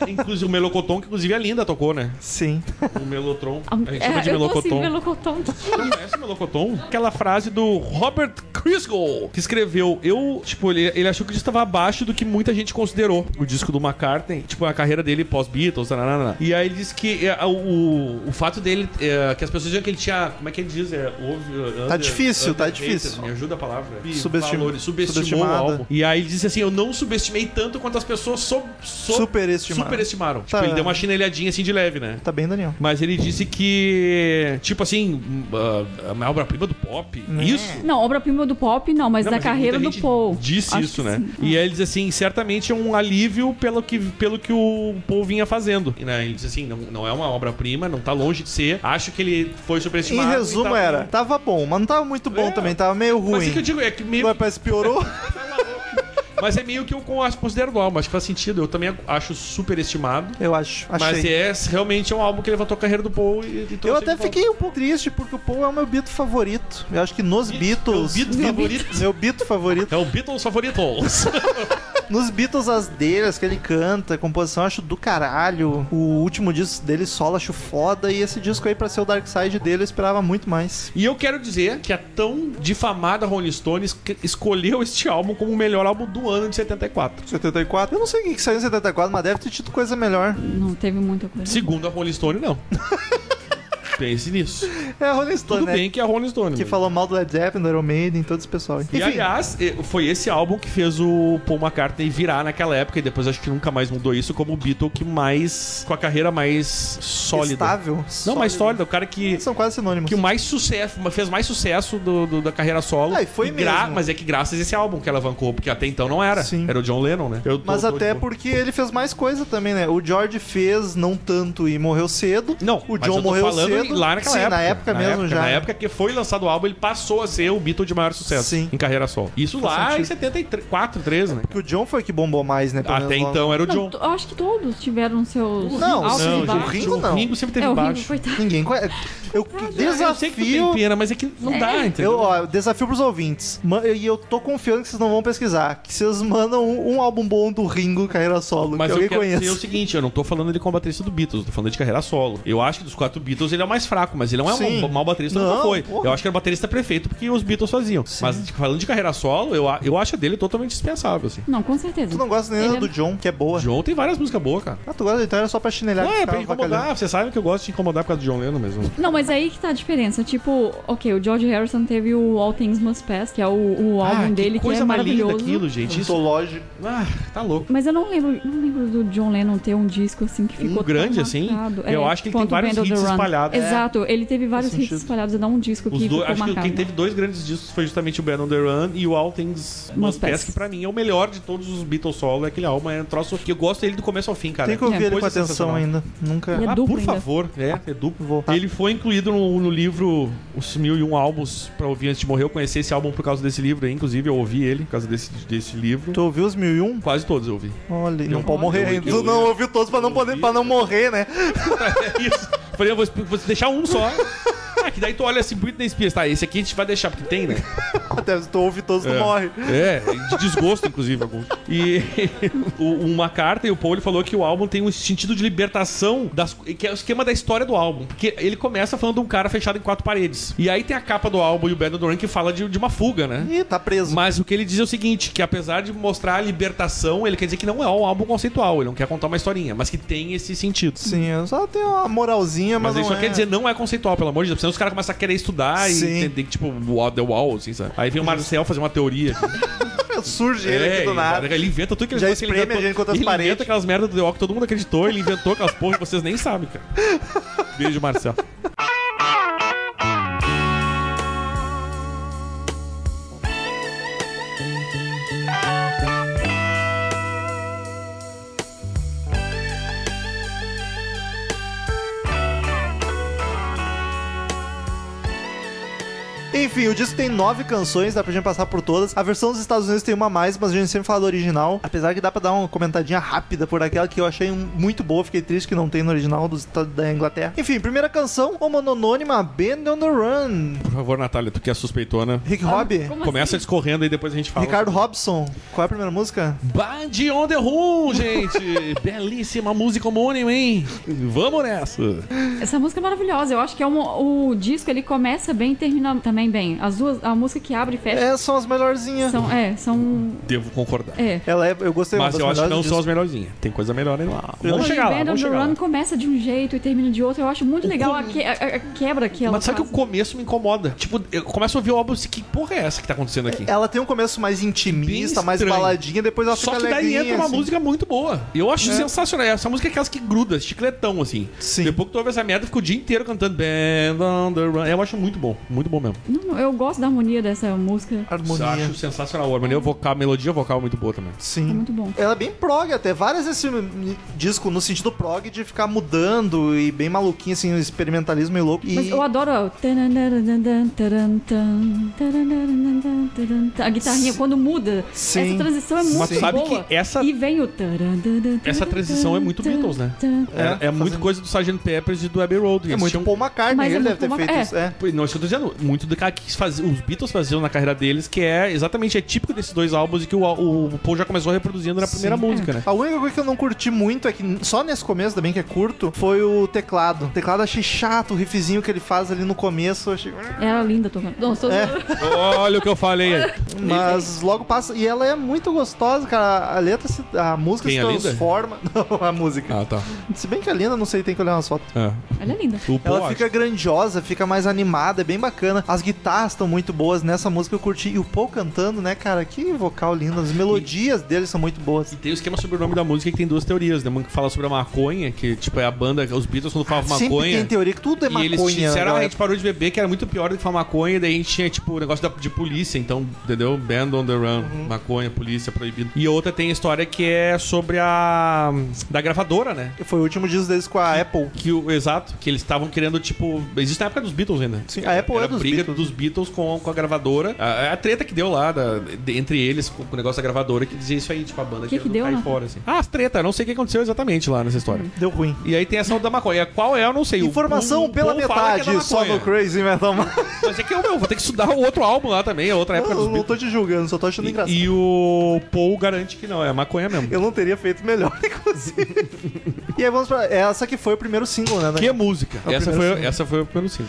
S3: a, inclusive o Melocoton, que inclusive a Linda tocou, né?
S2: Sim.
S3: O Melotron.
S4: Ah,
S3: A gente chama de
S4: eu tô assim,
S3: Melocoton.
S4: melocotão.
S3: Não é conhece o Melocoton? Aquela frase do Robert Criswell, que escreveu. Eu, tipo, ele, ele achou que o disco estava abaixo do que muita gente considerou o disco do McCartney, tipo, a carreira dele pós-Beatles, nananana. E aí ele disse que é, o, o fato dele, é, que as pessoas diziam que ele tinha. Como é que ele diz? É, over- under-
S2: difícil, tá
S3: underrated,
S2: difícil.
S3: Me ajuda a palavra.
S2: Subestim-
S3: Valores, subestimou o
S2: subestimada.
S3: álbum. E aí ele disse assim: Eu não subestimei tanto quanto as pessoas sob- sob-
S2: Superestimaram.
S3: superestimaram. Tipo,
S2: Tá.
S3: ele deu uma chinelhadinha assim de leve, né?
S2: Tá bem, Daniel.
S3: Mas ele disse que, tipo assim, hum, ah, a maior obra-prima do pop.
S2: Né?
S3: Isso?
S4: Não, obra-prima do pop, não, mas
S3: Não,
S4: da
S3: mas
S4: carreira
S3: muita
S4: do
S3: gente
S4: Paul.
S3: Disse
S4: Acho
S3: isso,
S4: que
S3: né?
S4: sim.
S3: E aí ele diz assim: certamente é um alívio pelo que, pelo que o Paul vinha fazendo. E, né, ele diz assim: não, não é uma obra-prima, não tá longe de ser. Acho que ele foi
S2: Em
S3: superestimado. e
S2: resumo,
S3: tá-
S2: era. Tava bom, mas não tava muito bom
S3: É.
S2: também. Tava meio
S3: Mas
S2: ruim.
S3: é que eu digo, é que meio.
S2: Ué, Parece que piorou.
S3: Mas é meio que eu con- considero do álbum, acho que faz sentido. Eu também acho superestimado.
S2: Eu acho.
S3: Mas
S2: Achei.
S3: é realmente é um álbum que levantou a carreira do Paul e, e
S2: Eu
S3: trouxe ele
S2: até
S3: de volta.
S2: fiquei um pouco triste, porque o Paul é o meu Beatle favorito. Eu acho que nos
S3: Meu
S2: Beatles.
S3: Beatle favorito?
S2: Meu Beatle favorito.
S3: É o Beatles favorito.
S2: Nos Beatles, as deiras que ele canta, a composição eu acho do caralho. O último disco dele solo eu acho foda. E esse disco aí, pra ser o Dark Side dele, eu esperava muito mais.
S3: E eu quero dizer que a tão difamada Rolling Stones que- escolheu este álbum como o melhor álbum do ano de 74.
S2: 74? Eu não sei o que que saiu em 74, mas deve ter tido coisa melhor.
S4: Não teve muita coisa.
S3: Segundo a Rolling Stone, não. Pense nisso.
S2: É a Rolling Stone,
S3: Tudo
S2: né?
S3: bem que é a Rolling Stone.
S2: Que
S3: né?
S2: falou mal do Led Zeppelin, do Iron Maiden, todo esse pessoal. aí.
S3: E aliás, eh, foi esse álbum que fez o Paul McCartney virar naquela época e depois acho que nunca mais mudou isso como o Beatle que mais com a carreira mais sólida.
S2: Estável.
S3: Não, mais sólida, o cara que
S2: São quase sinônimos.
S3: que o mais sucesso, fez mais sucesso do, do- da carreira solo.
S2: Ah, e foi
S3: E gra-
S2: mesmo.
S3: Mas é que graças a esse álbum que ela alavancou, porque até então não era.
S2: Sim.
S3: Era o John Lennon, né? Eu tô-
S2: Mas
S3: tô-
S2: até
S3: tô-
S2: porque ele fez mais coisa também, né? O George fez não tanto e morreu cedo.
S3: Não,
S2: o
S3: mas
S2: John
S3: eu tô
S2: morreu
S3: falando
S2: cedo.
S3: lá naquela
S2: Sim,
S3: época.
S2: na época mesmo
S3: época-
S2: já.
S3: Na época que foi lançado o álbum, ele passou a ser o Beatle de maior sucesso
S2: Sim.
S3: em carreira solo. Isso
S2: Faz
S3: lá
S2: sentido.
S3: em 74, 13, né?
S2: Que o John foi que bombou mais, né? Pelo
S3: Até
S2: menos lá.
S3: então era o
S4: Não,
S3: John.
S4: t- eu acho que todos tiveram seus
S2: Não,
S4: altos
S2: não,
S4: e
S2: gente, o
S4: baixos.
S2: Ringo não.
S3: O Ringo sempre teve
S4: É, o Ringo,
S3: baixo.
S4: coitado.
S2: Ninguém conhece. Eu
S3: Eu sei que tu tem
S2: desafio.
S3: pena, mas é que não dá, entendeu?
S2: Eu, ó, desafio pros ouvintes. Ma- E eu tô confiando que vocês não vão pesquisar. Que vocês mandam um, um álbum bom do Ringo carreira solo.
S3: Mas
S2: que
S3: eu
S2: alguém
S3: quero dizer o
S2: conhece.
S3: seguinte, eu não tô falando de combatista do Beatles, eu tô falando de carreira solo. Eu acho que dos quatro Beatles ele é o mais mais fraco, mas ele não é
S2: Sim.
S3: um mau baterista,
S2: Não,
S3: nunca foi.
S2: porra.
S3: Eu acho que era o baterista prefeito porque os Beatles faziam. Mas tipo, falando de carreira solo, eu, a- eu acho a dele totalmente dispensável, assim.
S4: Não, com certeza.
S2: Tu não gosta nem
S4: Ele
S2: da
S4: é-
S2: do John, que é boa.
S3: John tem várias músicas boas, cara.
S2: Ah, tu gosta? Então era só pra chinelhar.
S3: Não,
S2: que
S3: é pra
S2: ficava avacalhando.
S3: incomodar. Você sabe que eu gosto de incomodar por causa do John Lennon mesmo.
S4: Não, mas aí que tá a diferença. Tipo, ok, o George Harrison teve o All Things Must Pass, que é o, o
S3: Ah,
S4: álbum dele, que é maravilhoso.
S3: aquilo, gente. Isso...
S2: Antológico.
S3: Ah, tá louco.
S4: Mas eu não lembro, não lembro do John Lennon ter um disco assim que ficou
S3: Um grande,
S4: tão
S3: assim?
S4: marcado.
S3: Eu acho que ele tem
S4: quanto
S3: vários
S4: Band on the
S3: hits
S4: Run.
S3: espalhados.
S4: Exato, ele teve vários
S2: Faz
S4: hits
S2: sentido.
S4: espalhados e não um disco
S3: Os
S4: que
S3: dois,
S4: ficou
S3: acho que
S4: marcado.
S3: quem teve dois grandes discos foi justamente o Band on the Run e o All Things Must
S4: Must
S3: Pass,
S4: Pass.
S3: que pra mim é o melhor de todos os Beatles solo. É aquele álbum, é um troço que eu gosto dele do começo ao fim, cara.
S2: Tem que ouvir
S4: É,
S2: ele com
S3: coisa
S2: atenção
S3: sensacional.
S2: ainda. Tá. Nunca.
S4: E é
S3: ah,
S4: duplo
S3: por
S4: ainda.
S3: favor, é, é duplo.
S2: Vou.
S3: Ele foi incluído no, no livro Os 1001 Álbuns pra ouvir antes de morrer. Eu conheci esse álbum por causa desse livro aí, inclusive eu ouvi ele por causa desse, desse livro.
S2: Tu ouviu os 1001?
S3: Quase todos eu ouvi.
S2: Olha, não
S3: Eu-
S2: pode morrer
S3: eu-
S2: ainda.
S3: eu-
S2: Tu não ouviu todos pra não,
S3: eu
S2: poder,
S3: ouvi.
S2: pra não morrer, né?
S3: É isso. Falei, eu vou, vou deixar um só. Ah, que daí tu olha assim, Britney Spears, tá? Esse aqui a gente vai deixar, porque tem, né?
S2: Até se tu ouve todos, tu
S3: É.
S2: morre.
S3: É, de desgosto, inclusive, alguns. E o- uma carta e o Paul ele falou que o álbum tem um sentido de libertação, das, que é o esquema da história do álbum. Porque ele começa falando de um cara fechado em quatro paredes. E aí tem a capa do álbum e o Brandon Duran que fala de, de uma fuga, né?
S2: Ih, tá preso.
S3: Mas o que ele diz é o seguinte, que apesar de mostrar a libertação, ele quer dizer que não é um álbum conceitual, ele não quer contar uma historinha, mas que tem esse sentido.
S2: Sim, eu só tenho uma moralzinha, mas,
S3: Mas, isso
S2: não
S3: só
S2: é.
S3: quer dizer não é conceitual, pelo amor de Deus. Senão os caras começam a querer estudar
S2: Sim.
S3: e entender que, tipo, what the wall, assim, sabe? Aí vem o Marcel fazer uma teoria.
S2: Surge ele aqui do
S3: e
S2: nada.
S3: É, Ele inventa tudo que
S2: Já
S3: coisas que
S2: espreme
S3: inventou.
S2: a gente contra as
S3: ele
S2: paredes.
S3: inventa aquelas merdas do The Walk que todo mundo acreditou, ele inventou aquelas porra que vocês nem sabem, cara. Beijo, Marcel.
S2: Enfim, o disco tem nove canções, dá pra gente passar por todas. A versão dos Estados Unidos tem uma a mais, mas a gente sempre fala do original. Apesar que dá pra dar uma comentadinha rápida por aquela que eu achei um- muito boa, fiquei triste que não tem no original dos Estados da Inglaterra. Enfim, primeira canção, o mononônima Band on the Run.
S3: Por favor, Natália, tu que é suspeitona.
S2: Rick Robbie.
S4: Como
S3: Começa
S4: assim?
S3: discorrendo aí depois a gente fala.
S2: Ricardo Robson. Qual é a primeira música?
S3: Band on the Room, gente! Belíssima música homônima, hein? Vamos nessa!
S4: Essa música é maravilhosa. Eu acho que é uma- o disco ele começa bem e termina também bem. As duas, a música que abre e fecha
S2: É, são as melhorzinhas.
S4: são, é, são,
S3: Devo concordar.
S4: é.
S2: Ela é, eu gostei
S3: Mas
S2: uma das
S3: eu acho que não
S2: melhores
S3: são as
S2: do
S3: melhorzinhas. Tem coisa melhor aí lá.
S4: Não,
S3: Vamos
S4: e
S3: chegar lá,
S4: Band on
S3: vamos
S4: the
S3: chegar
S4: Run
S3: lá.
S4: começa de um jeito e termina de outro. Eu acho muito legal a, que- a- a quebra que ela
S3: Mas sabe que o
S4: faz.
S3: começo me incomoda? Tipo, eu começo a ouvir o álbum e assim, que porra é essa que tá acontecendo aqui?
S2: disco. Ela tem um começo mais intimista,
S3: Bem
S2: mais
S3: estranho.
S2: baladinha, depois ela
S3: Só
S2: fica
S3: que daí
S2: alegrinha,
S3: entra uma
S2: assim.
S3: música muito boa. E eu acho sensacional. Essa música é aquelas que gruda, chicletão, assim.
S2: Sim.
S3: Depois que tu ouve essa merda, fica o dia inteiro cantando Band on the Run. Eu acho muito bom, muito bom mesmo.
S4: Não, eu gosto da harmonia dessa música.
S3: Eu
S2: Harmonia.
S3: acho sensacional. A harmonia vocal, a melodia vocal é muito boa também.
S2: Sim.
S4: É muito bom.
S2: Ela é bem prog até. Várias esse disco no sentido prog de ficar mudando e bem maluquinho, assim, o experimentalismo meio louco. E
S4: Mas eu adoro ó, tananararantan, tarantan, taranararantan, tarantan. a guitarrinha quando muda.
S2: Sim.
S4: Essa transição é
S2: Mas
S4: muito
S3: tu sabe
S4: boa.
S3: que essa-
S4: e vem o tarantarantan,
S3: Essa transição é muito Beatles, né?
S2: É,
S3: É, é
S2: fazendo-
S3: muito assim. coisa do Sgt. Peppers e do Abbey Road.
S2: é
S3: Eles
S2: muito
S3: tinham-
S2: Paul McCartney,
S4: Mas é
S2: ele deve
S4: muito
S2: ter
S4: Paul
S2: feito
S4: Mac- é.
S2: isso. É.
S3: Não, isso que eu tô dizendo. Muito do cara que faz- os Beatles faziam na carreira deles, que é exatamente é típico desses dois álbuns e que o, o Paul já começou reproduzindo na primeira música, né?
S2: é. A única coisa que eu não curti muito é que só nesse começo também, que é curto, foi o teclado. O teclado eu achei chato, o riffzinho que ele faz ali no começo, eu achei.
S3: né?
S4: Era É, linda tocando. Nossa,
S3: É.
S4: eu-
S3: Olha o que eu falei aí.
S2: Mas logo passa. E ela é muito gostosa, cara. A letra, se- a música
S3: Quem,
S2: se
S3: a Linda?
S2: transforma. Não, a música.
S3: Ah, tá.
S2: Se bem que a Linda, não sei, tem que olhar umas fotos.
S3: É.
S4: Ela é linda.
S3: O Paul,
S2: Ela
S3: acho.
S2: fica grandiosa, fica mais animada, é bem bacana. As guitarras estão muito boas nessa música, eu curti. E o Paul cantando, né, cara? Que vocal lindo. As melodias dele são muito boas.
S3: E tem o esquema sobre o nome da música que tem duas teorias, né? Uma que fala sobre a maconha, que tipo é a banda, os Beatles quando falavam
S2: Ah, Sempre
S3: maconha.
S2: tem teoria que tudo é
S3: e
S2: maconha.
S3: eles disseram, ah, a
S2: galera.
S3: gente parou de beber, que era muito pior do que falar maconha, daí a gente tinha, tipo, o negócio da- de polícia, então, entendeu? Band on the run,
S2: Uhum.
S3: maconha, polícia, proibido. E outra tem a história que é sobre a. da gravadora, né?
S2: Foi o último disco deles com a Apple.
S3: Que o, exato, que eles estavam querendo, tipo. Existe na época dos Beatles ainda.
S2: Sim, a Apple
S3: era
S2: é dos
S3: briga
S2: Beatles,
S3: dos dos Beatles com, com a gravadora. A, a treta que deu lá da- de- entre eles com, com o negócio da gravadora que dizia isso aí, tipo, a banda
S4: Que que
S3: ia
S4: deu,
S3: cair
S4: Nathan?
S3: fora, assim. Ah, as treta, não sei o que aconteceu exatamente lá nessa história.
S2: Deu ruim.
S3: E aí tem essa onda da maconha. Qual é, eu não sei. O-
S2: Informação
S3: o- o
S2: pela
S3: Paul fala que é da
S2: metade, só
S3: maconha.
S2: no Crazy Metal Mind.
S3: Mas é que eu, meu, vou ter que estudar o outro álbum lá também, a outra época dos
S2: Eu não
S3: Beatles.
S2: tô te julgando, só tô achando engraçado.
S3: E, e o Paul garante que não, é maconha mesmo.
S2: Eu não teria feito melhor, inclusive. e aí vamos pra. é Essa que foi o primeiro single, né?
S3: Que música?
S2: o
S3: essa,
S2: primeiro
S3: foi, essa foi o primeiro single.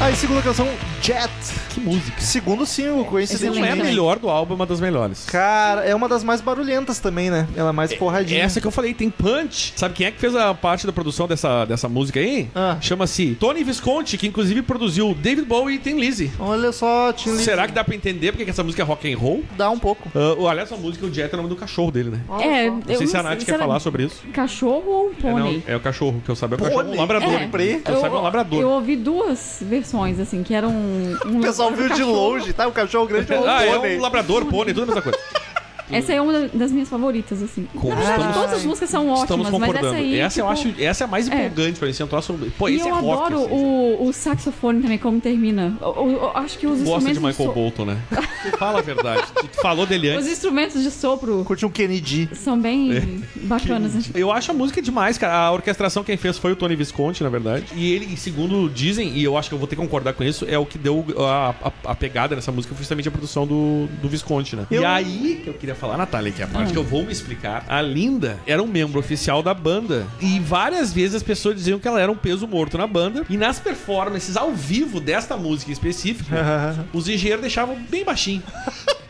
S2: Aí, segunda canção, Jet.
S3: Que música?
S2: Segundo single,
S3: Se não é a
S4: um
S2: coincidentemente.
S3: melhor do álbum, é uma das melhores.
S2: Cara, é uma das mais barulhentas também, né? Ela é mais porradinha.
S3: Essa que eu falei, tem punch. Sabe quem é que fez a parte da produção dessa, dessa música aí?
S2: Ah.
S3: Chama-se Tony Visconti, que inclusive produziu David Bowie e Tim Lizzy.
S2: Olha só, Tim Lee.
S3: Será que dá pra entender porque que essa música é rock and roll?
S2: Dá um pouco.
S3: Ah, olha essa música, o Jet é o nome do cachorro dele, né?
S4: É,
S3: Não sei se a Nath quer
S4: era
S3: falar sobre isso.
S4: Cachorro ou um
S3: É, não,
S4: pônei?
S3: é o cachorro, que eu sabia, é o cachorro, um
S2: Pônei?
S3: labrador.
S4: É.
S2: Comprei.
S3: Eu sabia, um labrador.
S4: eu ouvi duas versões, assim, que eram. Um
S2: O pessoal viu de
S4: cachorro.
S2: longe, tá? O cachorro grande ou o
S3: Ah, é
S2: pônei.
S3: um labrador, pônei, tudo a mesma coisa.
S4: Essa é uma da- das minhas favoritas, assim.
S3: Como
S4: Na verdade,
S3: estamos-
S4: todas as músicas são ótimas,
S3: Estamos
S4: mas
S3: concordando.
S4: essa
S3: Essa,
S4: aí.
S3: eu
S4: tipo,
S3: acho, essa é a mais empolgante pra esse um troço. Pô,
S4: E
S3: esse é
S4: eu
S3: rock.
S4: adoro
S3: assim, sabe?
S4: o, o saxofone também, como termina. O- o- o- acho que os
S3: Gosta
S4: instrumentos.
S3: de Michael
S4: so-
S3: Bolton, né? Tu fala a verdade. Tu falou dele antes.
S4: Os instrumentos de sopro
S2: Curte um Kennedy.
S4: são bem
S3: É.
S4: bacanas. né?
S3: Eu acho a música demais, cara. A orquestração quem fez foi o Tony Visconti, na verdade. E ele, segundo dizem, e eu acho que eu vou ter que concordar com isso, é o que deu a, a- a pegada nessa música, foi justamente a produção do, do Visconti, né? E
S2: Eu-
S3: aí que eu queria falar, Natália, que é a
S4: Ah.
S3: parte que eu vou me explicar. A Linda era um membro oficial da banda. E várias vezes as pessoas diziam que ela era um peso morto na banda. E nas performances ao vivo desta música em específico, os engenheiros deixavam bem baixinho.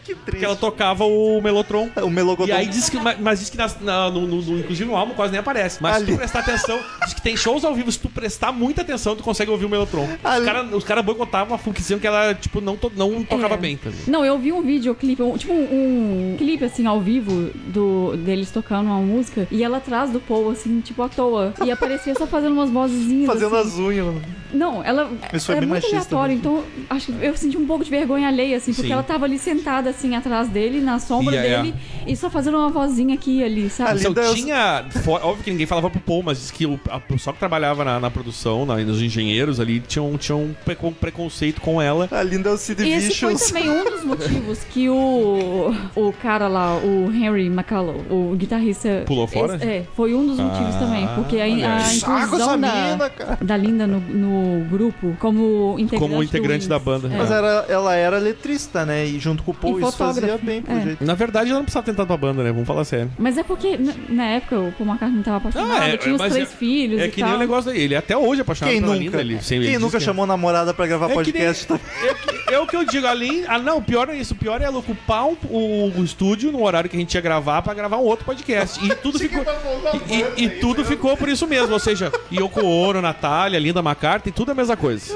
S2: que
S3: Porque
S2: triste.
S3: ela tocava o Melotron.
S2: O melocotão.
S3: E aí diz que, mas mas diz que nas- na- no, no- no- inclusive no álbum quase nem aparece. Mas se
S2: Ali.
S3: tu prestar atenção, diz que tem shows ao vivo, se tu prestar muita atenção, tu consegue ouvir o Melotron. Os
S2: Ali.
S3: caras os cara boicotavam a Funk diziam que ela, tipo, não, to- não tocava
S4: É.
S3: bem, tá ligado?
S4: Não, eu vi um videoclipe, um- tipo um, um clipe assim ao vivo do deles tocando uma música e ela atrás do Paul assim, tipo à toa, e aparecia só fazendo umas vozinhas.
S2: Fazendo
S4: assim.
S2: as unhas, mano.
S4: Não, ela
S2: Isso foi
S4: é
S2: bem
S4: muito
S2: machista
S4: aleatório, então acho que eu senti um pouco de vergonha alheia assim, porque
S3: Sim.
S4: ela tava ali sentada assim atrás dele, na sombra
S3: E é-
S4: dele, e só fazendo uma vozinha aqui e ali, sabe?
S2: Ali.
S3: Então,
S2: Deus.
S3: tinha. fo- Óbvio que ninguém falava pro Paul, mas diz que o a- o pessoal que trabalhava na, na produção, na- nos engenheiros ali, tinha um, tinha um precon- preconceito com ela.
S2: A linda é o Sid
S4: E esse foi
S2: Vicious.
S4: também um dos motivos que o, o cara lá, o Henry McCallum, o guitarrista.
S3: Pulou fora?
S4: Esse- é, foi um dos motivos
S3: Ah,
S4: também. Porque a,
S3: olha
S4: a
S3: aí.
S2: Saco essa
S4: Ah, inclusão da,
S2: mina, cara.
S4: da Linda no, no grupo como integrante,
S3: Como
S4: do
S3: integrante
S4: Wings.
S3: da banda.
S2: Mas é- era, ela era letrista, né? E junto com o Paul,
S4: É. E
S2: isso fazia
S4: fotógrafa.
S2: bem pro
S4: É.
S2: jeito.
S3: Na verdade, ela não precisava tentar pra banda, né? Vamos falar sério.
S4: Mas é porque na, na época o Paul McCartney tava apaixonado,
S3: Ah, é,
S4: tinha os
S3: mas
S4: três
S3: é-
S4: filhos
S3: É
S4: e
S3: que
S4: tal.
S3: nem o negócio dele. Ele até hoje é apaixonado
S2: Quem
S3: pela
S2: nunca?
S3: Linda. Ele, sem- ele
S2: Quem
S3: diz
S2: nunca
S3: que-
S2: chamou namorada pra gravar
S3: É que
S2: podcast?
S3: nem- é que- É o que eu digo, além. Ah, não, o pior é isso. O pior é ela ocupar um- o, o estúdio no horário que a gente ia gravar pra gravar um outro podcast. E tudo ficou. E, e- e tudo ficou por isso mesmo. Ou seja, Yoko Ono, Natália, Linda McCarthy, tudo é a mesma coisa.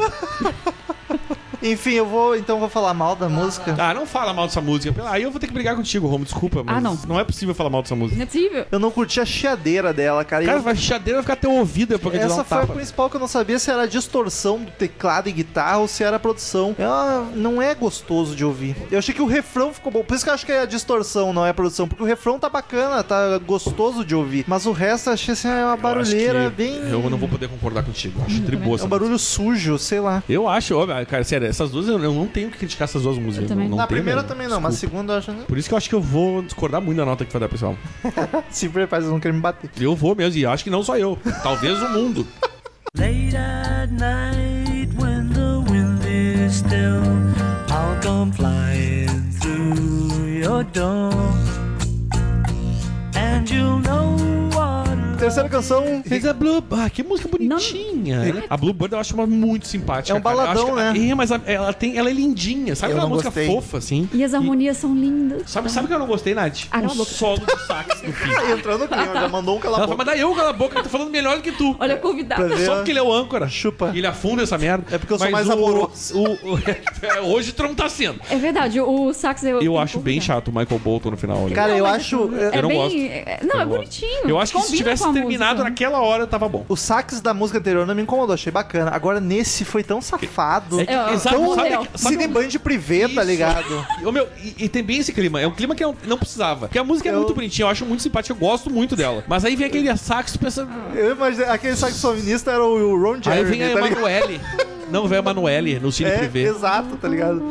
S2: Enfim, eu vou então vou falar mal da música.
S3: Ah, não fala mal dessa música. Pela- Aí eu vou ter que brigar contigo, Romo. Desculpa, mas
S4: Ah, não.
S3: é possível falar mal dessa música.
S4: Não é possível.
S2: Eu não curti a chiadeira dela, cara. E
S3: Cara,
S2: eu-
S3: vai chadeira vai ficar até o ouvido depois que a gente dá
S2: Essa
S3: um
S2: foi a
S3: tapa.
S2: principal que eu não sabia se era a distorção do teclado e guitarra ou se era a produção. Ela não é gostoso de ouvir. Eu achei que o refrão ficou bom. Por isso que eu acho que é a distorção, não é a produção. Porque o refrão tá bacana, tá gostoso de ouvir. Mas o resto eu achei assim, é uma
S3: Eu acho que
S2: barulheira bem.
S3: Eu não vou poder concordar contigo. Eu Acho
S2: É
S3: triboa essa
S2: um barulho sujo, sei lá.
S3: Eu acho, ó, cara, sério, essas duas eu eu não tenho que criticar essas duas músicas.
S4: também.
S3: Não, não
S2: Na
S3: tenho
S2: primeira
S3: mesmo.
S2: também não, mas a segunda eu acho.
S3: Por isso que eu acho que eu vou discordar muito da nota que vai dar, pessoal.
S2: Se prepara, vocês vão querer me bater.
S3: Eu vou mesmo, e acho que não só eu. Talvez o mundo.
S6: Late at night when the wind is still, I'll come flying through your door. And you'll know what
S2: Terceira canção.
S3: Fez a Blue Ah, que música bonitinha.
S4: É.
S3: A Bluebird eu acho uma muito simpática.
S2: É um
S3: cara. Eu acho
S2: baladão,
S3: que- É, mas a- ela, tem, ela é lindinha. Sabe
S1: Eu
S3: aquela
S1: não
S3: música
S1: gostei.
S3: fofa, assim?
S4: E as harmonias são lindas.
S3: Sabe, sabe que eu não gostei, Nath?
S4: Ah, cala a
S3: o
S4: boca.
S3: solo de sax do fim.
S2: Tá entrando o clima, já mandou um cala a
S3: Ela fala, mas
S2: boca.
S3: daí eu cala a boca, eu tô falando melhor do que tu.
S4: Olha, convidada.
S2: Pra ver.
S3: Só porque ele é o âncora.
S2: Chupa.
S3: E ele afunda essa merda.
S2: É porque eu sou
S3: Mas
S2: mais amoroso.
S3: o- o- hoje tu não tá sendo.
S4: É verdade, o sax eu.
S3: Eu acho bem chato o Michael Bolton no final. ali.
S2: Cara,
S4: Não,
S2: eu
S4: mas-
S2: acho.
S4: É
S3: Eu não
S4: bem...
S3: gosto.
S4: é- Não,
S3: Eu
S4: é
S3: gosto.
S4: bonitinho.
S3: eu acho que se
S4: combina com
S3: tivesse
S4: a
S3: terminado
S4: música.
S3: naquela hora, tava bom.
S2: O sax da música anterior não me incomodou, achei bacana. Agora nesse foi tão safado.
S3: É que-
S4: É, ó,
S3: exato,
S4: então,
S3: sabe,
S4: Léo,
S3: sabe,
S2: Cineband privê, tá
S3: Isso.
S2: ligado?
S3: Ô, meu, e, e tem bem esse clima. É um clima que eu não precisava. Porque a música é
S2: Eu-
S3: muito bonitinha, eu acho muito simpática, eu gosto muito dela. Mas aí vem aquele sax, tu pensa.
S2: Eu imaginei, aquele saxofonista era o o Ron
S3: aí
S2: Jeremy,
S3: vem a
S2: tá ligado?
S3: Emanuele. Não, vem a Emanuele no Cine
S2: É,
S3: Privé.
S2: exato, tá ligado?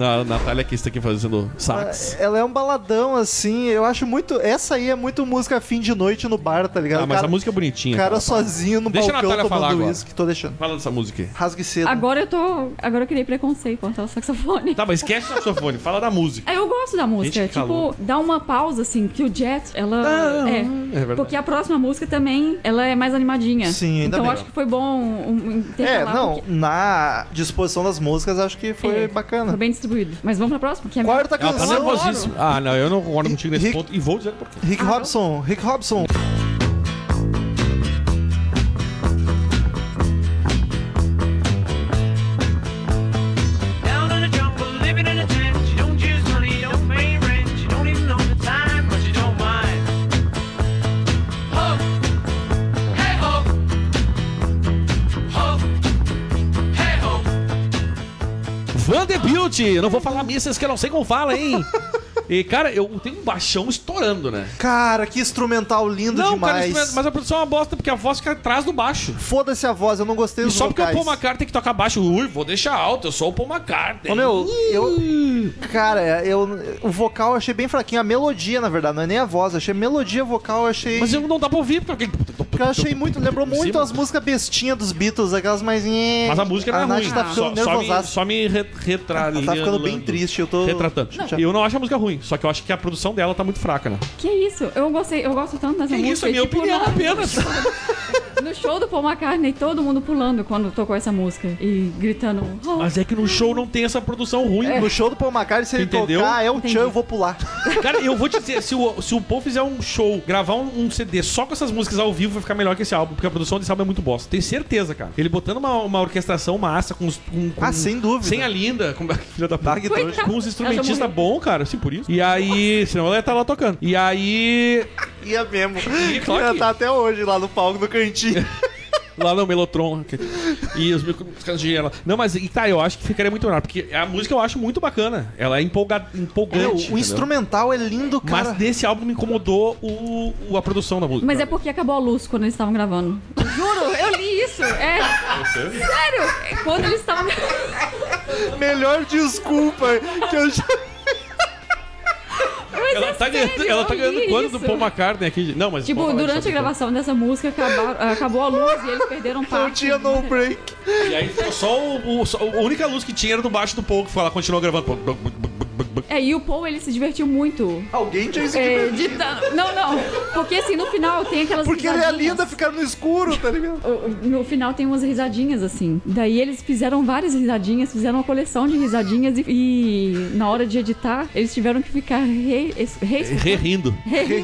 S3: A Natália que está aqui fazendo sax.
S2: Ela é um baladão, assim, eu acho muito... Essa aí é muito música fim de noite no bar, tá ligado?
S3: Ah, mas
S2: cara,
S3: a música é bonitinha.
S2: cara
S3: cara.
S2: sozinho no
S3: Deixa a
S2: balcão
S3: Natália falar
S2: tomando
S3: agora.
S2: uísque, tô deixando.
S3: Fala dessa música aí.
S2: Rasgue cedo.
S4: Agora eu tô. Agora eu criei preconceito quanto ao saxofone.
S3: Tá, mas esquece o saxofone, fala da música.
S4: É, Eu gosto da música.
S3: Gente, que
S4: tipo,
S3: calor.
S4: dá uma pausa, assim, que o Jet, ela.
S3: Ah,
S4: é.
S3: é verdade.
S4: Porque a próxima música também, ela é mais animadinha.
S2: Sim, ainda
S4: Então
S2: bem.
S4: acho que foi bom um, um
S2: É,
S4: intercalar,
S2: não,
S4: porque-
S2: na disposição das músicas acho que foi
S4: É,
S2: bacana.
S4: Foi bem distribuído. Mas vamos pra próxima? Que é
S2: Quarta
S3: Ela tá
S2: canção.
S3: nervosíssima. Ah, não, eu não concordo
S2: E-
S3: contigo nesse
S2: Rick-
S3: ponto e vou dizer por quê.
S2: Rick Robson, Rick Robson.
S6: Down in a jumper, living in a tent. You don't choose money, you don't pay rent. You don't even know the time, but you don't mind. Ho! Hey ho! Ho! Hey ho!
S3: Vanderbilt, eu não vou falar missas que eu não sei como fala, hein? E, cara, eu tenho um baixão estourando, né?
S2: Cara, que instrumental lindo
S3: Não, cara,
S2: demais.
S3: isso é- mas a produção é uma bosta, porque a voz fica atrás do baixo.
S2: Foda-se a voz, eu não gostei
S3: E
S2: dos
S3: só porque o
S2: vocais.
S3: Paul McCartney que toca baixo, ui, vou deixar alto, eu sou o Paul McCartney.
S2: Ô, meu, eu. Cara, é, eu. O vocal eu achei bem fraquinho. A melodia, na verdade, não é nem a voz. eu Achei a melodia, o vocal eu achei.
S3: Mas eu não dá pra ouvir, porque...
S2: Porque eu achei muito. Lembrou
S3: Por
S2: muito
S3: cima.
S2: as músicas bestinhas dos Beatles, aquelas mais.
S3: Mas a música não é
S2: A Nath
S3: ruim.
S2: tá ficando
S3: só, só
S2: nervosaça.
S3: me, só me re- retralhando.
S2: Ela tá ficando bem triste, eu tô.
S3: Retratando.
S2: Não.
S3: Eu não acho a música ruim, só que eu acho que a produção dela tá muito fraca, né?
S4: Que é isso? Eu gostei, eu gosto tanto dessa
S3: Que
S4: música.
S3: isso, é minha
S4: E, tipo,
S3: opinião
S4: na-
S3: apenas.
S4: No show do Paul McCartney, todo mundo pulando quando tocou essa música e gritando. "Oh".
S3: Mas é que no show não tem essa produção ruim.
S2: É. No show do Paul McCartney, se ele
S3: Entendeu?
S2: tocar, é o
S4: Entendi.
S2: Chan, eu vou pular.
S3: Cara, eu vou te dizer, se o, se o Paul fizer um show, gravar um, um CD só com essas músicas ao vivo, vai ficar melhor que esse álbum, porque a produção desse álbum é muito bosta. Tenho certeza, cara. Ele botando uma, uma orquestração massa com os. Com, com-
S2: Ah, sem dúvida.
S3: Sem a linda, com filha da puta.
S2: Dark Dungeon.
S3: Com uns
S4: Ela já
S2: é
S3: instrumentistas
S4: morreu.
S3: bom, cara, assim, por isso. E aí, senão ela ia estar lá tocando. E aí,
S2: Ia mesmo.
S3: claro
S2: Ia
S3: que-
S2: tá até hoje lá no palco, no cantinho.
S3: lá no Melotron. que- E os micro- os caras de ela. Não, mas e tá, eu acho que ficaria muito melhor, porque a música eu acho muito bacana. Ela é empolga, empolgante.
S2: Meu, o
S3: entendeu?
S2: instrumental é lindo,
S3: Mas
S2: cara.
S3: desse álbum me incomodou o, o- a produção da música.
S4: Mas é porque acabou a luz quando eles estavam gravando. Juro, eu li isso. É. Sério? É Quando eles estavam.
S2: Melhor desculpa que eu já.
S3: Ela tá,
S4: sério,
S3: ganhando, ela tá
S4: eu
S3: ganhando
S4: vi
S3: quando
S4: isso.
S3: do Paul McCartney aqui? Não, mas. tá
S4: Tipo,
S3: vamos falar
S4: durante
S3: disso
S4: a
S3: depois.
S4: gravação dessa música acabaram- acabou a luz e eles perderam
S3: Tá.
S4: parte.
S2: Não tinha no break.
S3: E aí ficou só o, o- só- A única luz que tinha era do baixo do Paul, que foi lá, continuou gravando.
S4: É, e o Paul ele se divertiu muito.
S2: Alguém tinha se
S4: É,
S2: divertido.
S4: ditando. Não, não. Porque assim, no final tem aquelas.
S2: Porque ele é
S4: risadinhas.
S2: linda ficar no escuro, tá ligado?
S4: O- o- No final tem umas risadinhas, assim. Daí eles fizeram várias risadinhas, fizeram uma coleção de risadinhas e, e na hora de editar, eles tiveram que ficar re, es- re-
S3: Re-rindo.
S4: re-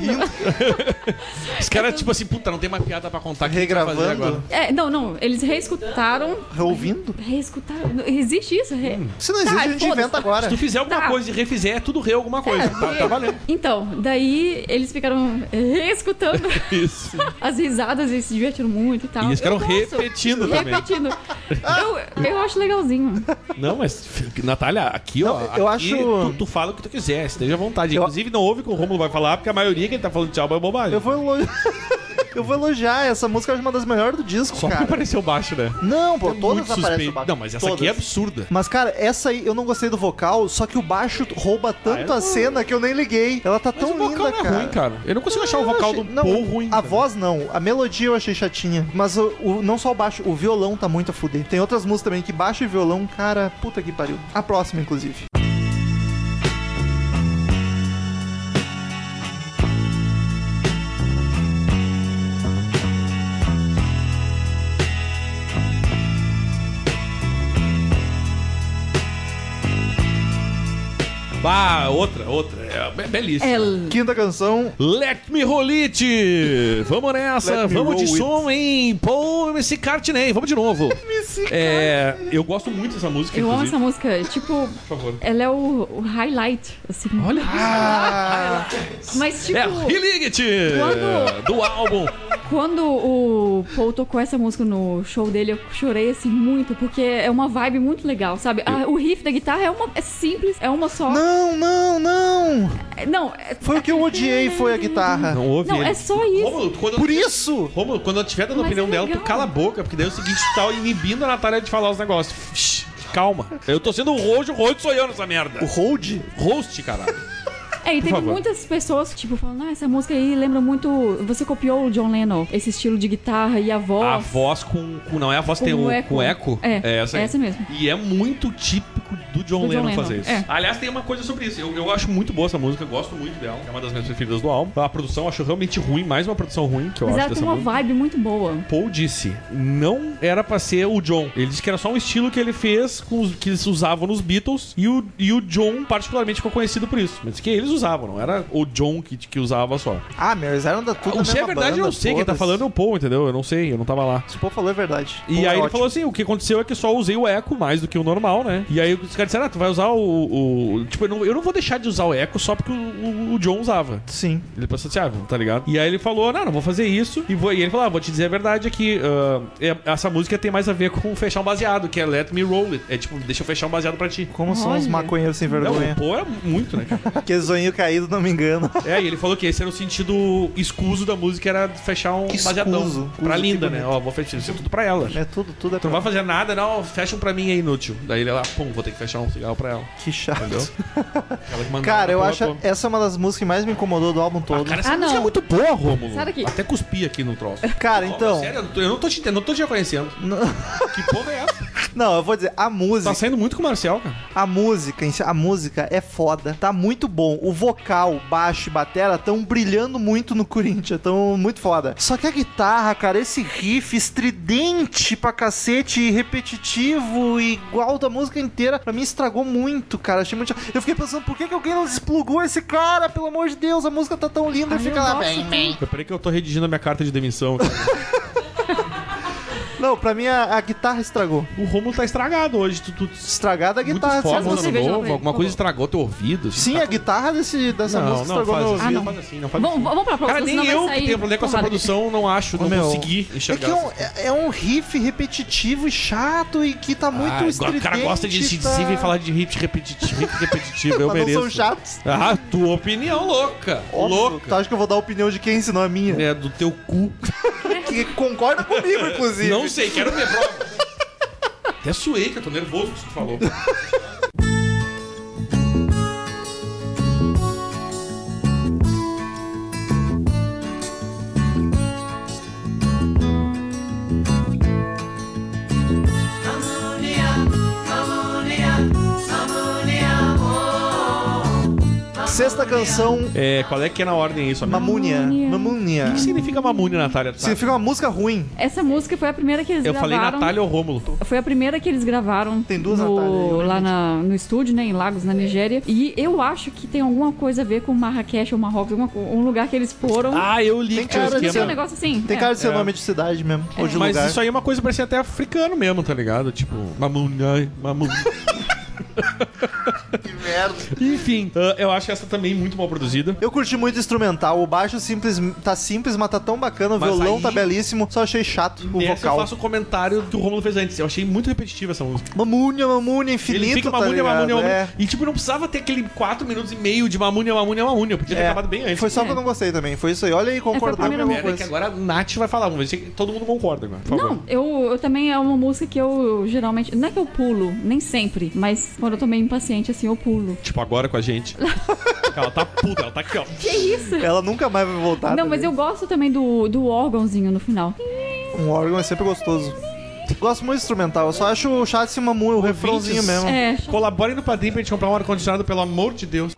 S3: Os caras, tipo assim, puta, não tem mais piada pra contar. o que a gente vai fazer
S2: Regravando,
S3: agora?
S4: É, não, não. Eles reescutaram.
S2: reouvindo.
S4: Reescutaram. Existe isso? Re...
S2: Se não existe,
S4: Tá,
S2: a gente
S4: foda-se.
S2: inventa agora.
S3: Se tu fizer alguma
S4: Tá.
S3: coisa e refizer, é tudo re alguma coisa. tá, tá valendo.
S4: Então, daí eles ficaram reescutando
S3: Isso.
S4: as risadas e se divertiram muito e tal.
S3: E eles ficaram
S4: Eu gosto.
S3: repetindo também.
S4: Repetindo. Eu, eu acho legalzinho.
S3: Não, mas, Natália, aqui, ó.
S2: Não, eu
S3: aqui
S2: acho-
S3: Tu, tu fala o que tu quiser, esteja à vontade.
S2: Eu-
S3: Inclusive, não ouve o que o Romulo vai falar, porque a maioria que ele tá falando de álbum é bobagem.
S2: Eu vou elogiar. Eu vou elogiar, essa música eu acho uma das melhores do disco,
S3: Só porque
S2: cara.
S3: apareceu baixo, né?
S2: Não, pô,
S3: É
S2: todas
S3: muito
S2: aparecem
S3: suspeito.
S2: o baixo.
S3: Não, mas essa
S2: todas.
S3: aqui é absurda.
S2: Mas, cara, essa aí eu não gostei do vocal, só que o baixo rouba tanto a cena que eu nem liguei. Ela tá tão
S3: Ah, é? Mas o vocal
S2: linda,
S3: não é
S2: cara.
S3: ruim, cara. Eu não consigo achar o
S2: Eu
S3: vocal
S2: achei-
S3: do
S2: não,
S3: Paul ruim.
S2: A
S3: cara.
S2: voz não, a melodia eu achei chatinha. Mas o, o- não só o baixo, o violão tá muito a fuder. Tem outras músicas também que baixo e violão, cara, puta que pariu. A próxima, inclusive.
S6: Down
S3: Bah, outra, outra. É, é belíssima.
S4: El.
S2: Quinta canção,
S3: Let me roll it! Vamos nessa,
S2: Let me
S3: vamos de
S2: roll it.
S3: som em Paul MC Cartney, vamos de novo. é, eu gosto muito dessa música,
S4: Eu amo
S3: inclusive.
S4: essa música. Tipo,
S3: Por favor.
S4: ela é o, o highlight, assim.
S3: Olha.
S4: Mas, tipo,
S3: É, Religue-te!
S4: Quando-
S3: Do álbum.
S4: quando o Paul tocou essa música no show dele, eu chorei, assim, muito. Porque é uma vibe muito legal, sabe? Ah, o riff da guitarra é, uma, é simples, é uma só.
S2: Não, não, não!
S4: É- Não, é,
S2: Foi o que eu odiei, foi a guitarra.
S3: Não ouve
S4: não,
S3: ele.
S4: é só isso.
S3: Romulo, quando eu-
S2: Por isso!
S3: Romulo, quando eu tiver dando a
S4: Mas
S3: opinião
S4: é
S3: dela, tu
S4: legal.
S3: cala a boca, porque daí é o seguinte, tu tá inibindo a Natália de falar os negócios. Shh, Calma. Eu tô sendo o rojo, o rojo sou eu nessa merda.
S2: O hold?
S3: Host, caralho.
S4: É, e teve
S3: favor.
S4: muitas pessoas, tipo, falando, ah, essa música aí lembra muito. Você copiou o John Lennon, esse estilo de guitarra e a voz.
S3: A voz com, com- Não é a voz
S4: Com
S3: tem o,
S4: eco.
S3: com eco?
S4: É,
S3: aí.
S4: é essa mesmo.
S3: E é muito típico do John
S4: Do John
S3: Lennon,
S4: Lennon,
S3: fazer isso.
S4: é.
S3: Aliás, tem uma coisa sobre isso. Eu, eu acho muito boa essa música, eu gosto muito dela. É uma das minhas preferidas do álbum. A produção eu acho realmente ruim, mais uma produção ruim que eu
S4: Mas
S3: acho
S4: ela tem
S3: dessa
S4: uma
S3: música.
S4: vibe muito boa.
S3: Paul disse, não era pra ser o John. Ele disse que era só um estilo que ele fez, com os, que eles usavam nos Beatles, e o, e o John particularmente ficou conhecido por isso. Mas que eles usavam, não era o John que, que usava só.
S2: Ah, meu, eles eram da tudo
S3: O se é verdade, eu não sei. Quem tá falando é o Paul, entendeu? Eu não sei, eu não tava lá.
S2: Se o Paul falou é verdade.
S3: E
S2: Paul é
S3: aí ele
S2: ótimo.
S3: falou assim: o que aconteceu é que eu só usei o eco mais do que o normal, né? E aí os caras disseram: ah, tu vai usar o. o- Tipo, eu não, eu não vou deixar de usar o eco só porque o, o- o John usava.
S2: Sim.
S3: Ele pensou assim, ah, tá ligado? E aí ele falou, não, não vou fazer isso. E, vou- e ele falou, ah, vou te dizer a verdade aqui. ah, é- essa música tem mais a ver com fechar um baseado, que é Let Me Roll It. É tipo, deixa eu fechar um baseado pra ti.
S2: Como são os
S4: Olha.
S2: maconheiros sem
S3: Não,
S2: vergonha.
S3: o Paul é muito, né, cara?
S2: Que zoinho caído, não me engano.
S3: É, e ele falou que esse era o sentido escuso da música, era fechar um
S2: Escuso.
S3: baseadão.
S2: Escuso,
S3: Pra linda,
S2: que
S3: né?
S2: bonito.
S3: Ó, vou fechar isso tudo pra ela.
S2: É tudo, tudo é
S3: Tu não vai fazer nada, não, fecha um pra mim, é inútil. Daí ele lá, pum, vou ter que fechar um cigarro pra ela,
S2: Que chato.
S3: entendeu? Ela que mandou
S2: Cara, eu
S3: ela
S2: acho
S3: falou,
S2: essa é uma das músicas que mais me incomodou do álbum
S3: "Ah,
S2: todo.
S3: Cara, essa
S4: Ah,
S3: música
S4: não.
S3: é muito boa, Romulo.
S4: Sai daqui.
S3: Até cuspi aqui no troço.
S2: Cara,
S3: Pô,
S2: então.
S3: Sério, eu não tô- eu não tô te entendendo, eu não tô te reconhecendo. Que porra é essa?
S2: Não, eu vou dizer, a música.
S3: Tá saindo muito comercial, cara.
S2: A música, em si- a música é foda, tá muito bom. O vocal, baixo e batera tão brilhando muito no Corinthians, tão muito foda. Só que a guitarra, cara, esse riff estridente pra cacete, e repetitivo, igual da música inteira, pra mim estragou muito, cara. Achei muito... chato. Eu fiquei pensando, por que, que alguém não desplugou esse cara? Pelo amor de Deus, a música tá tão linda e
S4: Ai,
S2: fica
S4: eu
S2: lá...
S4: gosto
S2: bem,
S4: de-
S2: bem.
S3: Peraí que eu tô redigindo a minha carta de demissão.
S2: Não, pra mim a, a guitarra estragou.
S3: o Romulo tá estragado hoje. Tu, tu
S2: Estragada a
S3: muitos
S2: guitarra.
S3: fogos
S4: Faz uma
S3: ano
S4: cerveja
S3: novo,
S4: pra ele,
S3: alguma
S4: por
S3: coisa
S4: favor.
S3: estragou teu ouvido. assim,
S2: Tá Sim,
S3: tá-
S2: a guitarra desse, dessa
S3: não,
S2: música
S3: não
S2: estragou
S3: faz,
S2: meu
S3: assim,
S2: ouvido. Ah,
S3: não faz assim, não faz
S4: Vamos,
S3: assim.
S4: vamos pra próxima,
S3: Cara, nem
S4: senão vai
S3: eu que
S4: sair
S3: tenho problema com essa
S4: porrada.
S3: produção, não acho, não
S2: Meu,
S3: consegui
S2: É
S3: enxergar.
S2: que é
S3: essa-
S2: um, é- é um riff repetitivo e chato e que tá muito
S3: Ah,
S2: estridente.
S3: O cara gosta de se
S2: tá...
S3: dizer e falar de hit repetitivo, hit repetitivo, eu
S2: Mas
S3: mereço.
S2: não são chatos.
S3: Ah, tua opinião louca.
S2: Óbvio. tá. Tu
S3: Louca.
S2: acha que eu vou dar a opinião de quem, se não a minha?
S3: É, do teu cu.
S2: É Que concorda comigo, inclusive.
S3: Não sei, quero ver prova. Até suei, que eu tô nervoso com isso que tu falou.
S2: Sexta canção,
S3: É, qual é que é na ordem isso, amigo?
S2: Mamúnia.
S4: Mamúnia.
S2: Mamúnia.
S3: O que significa mamúnia, Natália? Tá.
S2: Significa uma música ruim.
S4: Essa música foi a primeira que eles
S3: Eu
S4: gravaram.
S3: falei Natália ou Rômulo?
S4: Foi a primeira que eles gravaram
S2: Tem duas
S4: no-
S2: Natália aí,
S4: lá na- no estúdio, né, em Lagos, na Nigéria. E eu acho que tem alguma coisa a ver com Marrakech ou Marrocos, alguma co- um lugar que eles foram.
S3: Ah, eu li
S2: Tem
S3: que tinha
S2: cara de
S4: não
S2: esquema.
S4: tem um negócio assim?
S2: Tem
S4: É.
S2: cara de ser
S3: É.
S2: nome de cidade mesmo, ou de
S3: Mas
S2: lugar.
S3: isso aí é uma coisa que parecia até africano mesmo, tá ligado? Tipo, mamúnia, mamúnia.
S2: Que merda.
S3: Enfim, ah, eu acho essa também muito mal produzida.
S2: Eu curti muito o instrumental, o baixo simples, tá simples, mas tá tão bacana, o
S3: Mas
S2: violão
S3: aí- é
S2: tá belíssimo, só achei chato o
S3: Nessa eu
S2: vocal.
S3: faço o comentário que o Romulo fez antes. Eu achei muito repetitiva essa música.
S2: Mamúnia, mamúnia, infinito,
S3: Ele fica
S2: tá
S3: mamúnia,
S2: ligado?
S3: mamúnia, mamúnia.
S2: É.
S3: E tipo, não precisava ter aquele 4 minutos e meio de mamúnia, mamúnia, mamúnia. Podia ter
S2: É.
S3: acabado bem antes.
S2: Foi só que eu não gostei também, foi isso aí. Olha aí, concordar
S4: primeira
S2: mesma
S3: Pera,
S4: uma
S3: que agora a Nath vai falar. Vamos ver se todo mundo concorda agora. Por favor.
S4: Não, eu, eu também é uma música que eu geralmente. Não é que eu pulo, nem sempre, mas quando eu tô meio impaciente, assim, eu pulo.
S3: Tipo, agora com a gente. ela tá puta, ela tá aqui, ó.
S4: Que isso?
S2: Ela nunca mais vai voltar. tá
S4: Não, mas eu
S2: ligado?
S4: gosto também do, do órgãozinho no final.
S2: Um órgão é sempre gostoso. Gosto muito do instrumental, eu só acho chato esse mamu, o refrãozinho mesmo.
S4: É,
S3: Colaborem no Padrim pra gente comprar um ar-condicionado, pelo amor de Deus.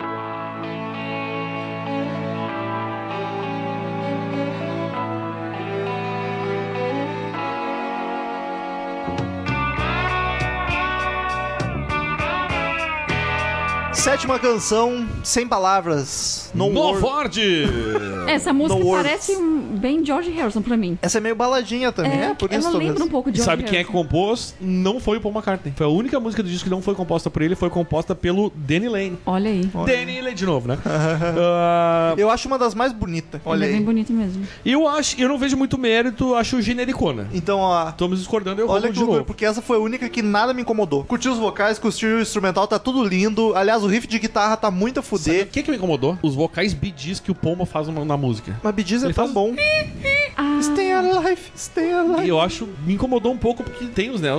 S2: Sétima canção, sem palavras. No
S3: no
S2: Word.
S3: Ford!
S4: Essa música
S2: No words.
S4: parece um, bem George Harrison pra mim.
S2: Essa é meio baladinha também, é, por isso
S4: ela
S2: talvez.
S4: lembra um pouco de
S3: E
S4: George
S3: sabe quem é que
S4: Harrison.
S3: compôs? Não foi o Paul McCartney. Foi a única música do disco que não foi composta por ele, foi composta pelo Danny Lane.
S4: Olha aí.
S2: Olha.
S3: Danny Lane de novo, né? Ah,
S2: Eu acho uma das mais bonitas.
S4: Ela
S2: Olha
S4: é bem
S2: aí.
S4: bonito mesmo.
S3: eu acho, eu não vejo muito mérito, acho genericona.
S2: Então, ó.
S3: Estamos discordando, eu
S2: Olha
S3: roubo
S2: que
S3: de
S2: loucura,
S3: novo.
S2: porque essa foi a única que nada me incomodou. Curti os vocais, curti o instrumental, tá tudo lindo. Aliás, o riff de guitarra tá muito a
S3: Sabe
S2: fuder.
S3: o que, que me incomodou? Os vocais bidis que o Pomba faz na, na música.
S2: Mas Bidiz é
S3: Ele
S2: tão
S3: faz-
S2: bom.
S4: Ah,
S2: Stay alive, stay
S3: E
S2: alive.
S3: eu acho, me incomodou um pouco porque tem os né?